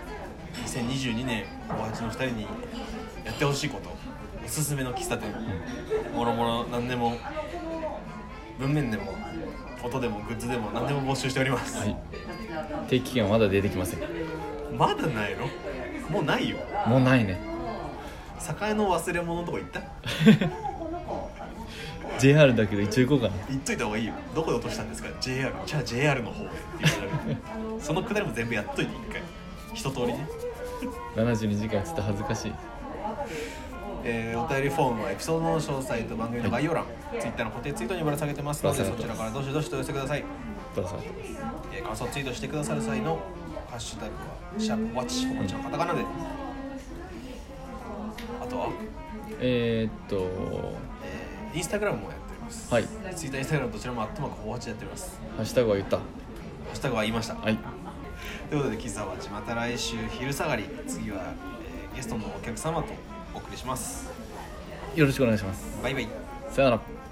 [SPEAKER 1] 2022年おばちの2人にやってほしいことおすすめの喫茶店、もろもろ何でも文面でも音でもグッズでも何でも募集しております、
[SPEAKER 2] はい定期券はまだ出てきません
[SPEAKER 1] まだないのもうないよ
[SPEAKER 2] もうないね
[SPEAKER 1] 栄の忘れ物のとこ行った
[SPEAKER 2] JR だけど一応行こうか
[SPEAKER 1] 行っといた方がいいよどこで落としたんですか JR じゃあ JR の方へって言ってたそのくだりも全部やっといて一回一通りね
[SPEAKER 2] な72時間ちょっと恥ずかしい
[SPEAKER 1] えーお便りフォームはエピソードの詳細と番組の概要欄、ツイッターの固定ツイートにぶら下げてますので
[SPEAKER 2] ぶら
[SPEAKER 1] そ
[SPEAKER 2] 下
[SPEAKER 1] ち
[SPEAKER 2] げて
[SPEAKER 1] ら
[SPEAKER 2] ます
[SPEAKER 1] からどしどしとお寄せください、
[SPEAKER 2] どうぞ
[SPEAKER 1] えー感想ツイートしてくださる際のハッシュタグは「シャープワッチ」こっちのカタカナであとは、
[SPEAKER 2] えー、っと
[SPEAKER 1] えーインスタグラムもやっております
[SPEAKER 2] はい
[SPEAKER 1] ツイッターインスタグラムどちらも「アットマークホワッチ」やっております
[SPEAKER 2] ハッシュタグは言った
[SPEAKER 1] ハッシュタグは言いました、
[SPEAKER 2] はい
[SPEAKER 1] ということでキザワチまた来週昼下がり次は、えーゲストのお客様とお送りします
[SPEAKER 2] よろしくお願いします
[SPEAKER 1] バイバイ
[SPEAKER 2] さよなら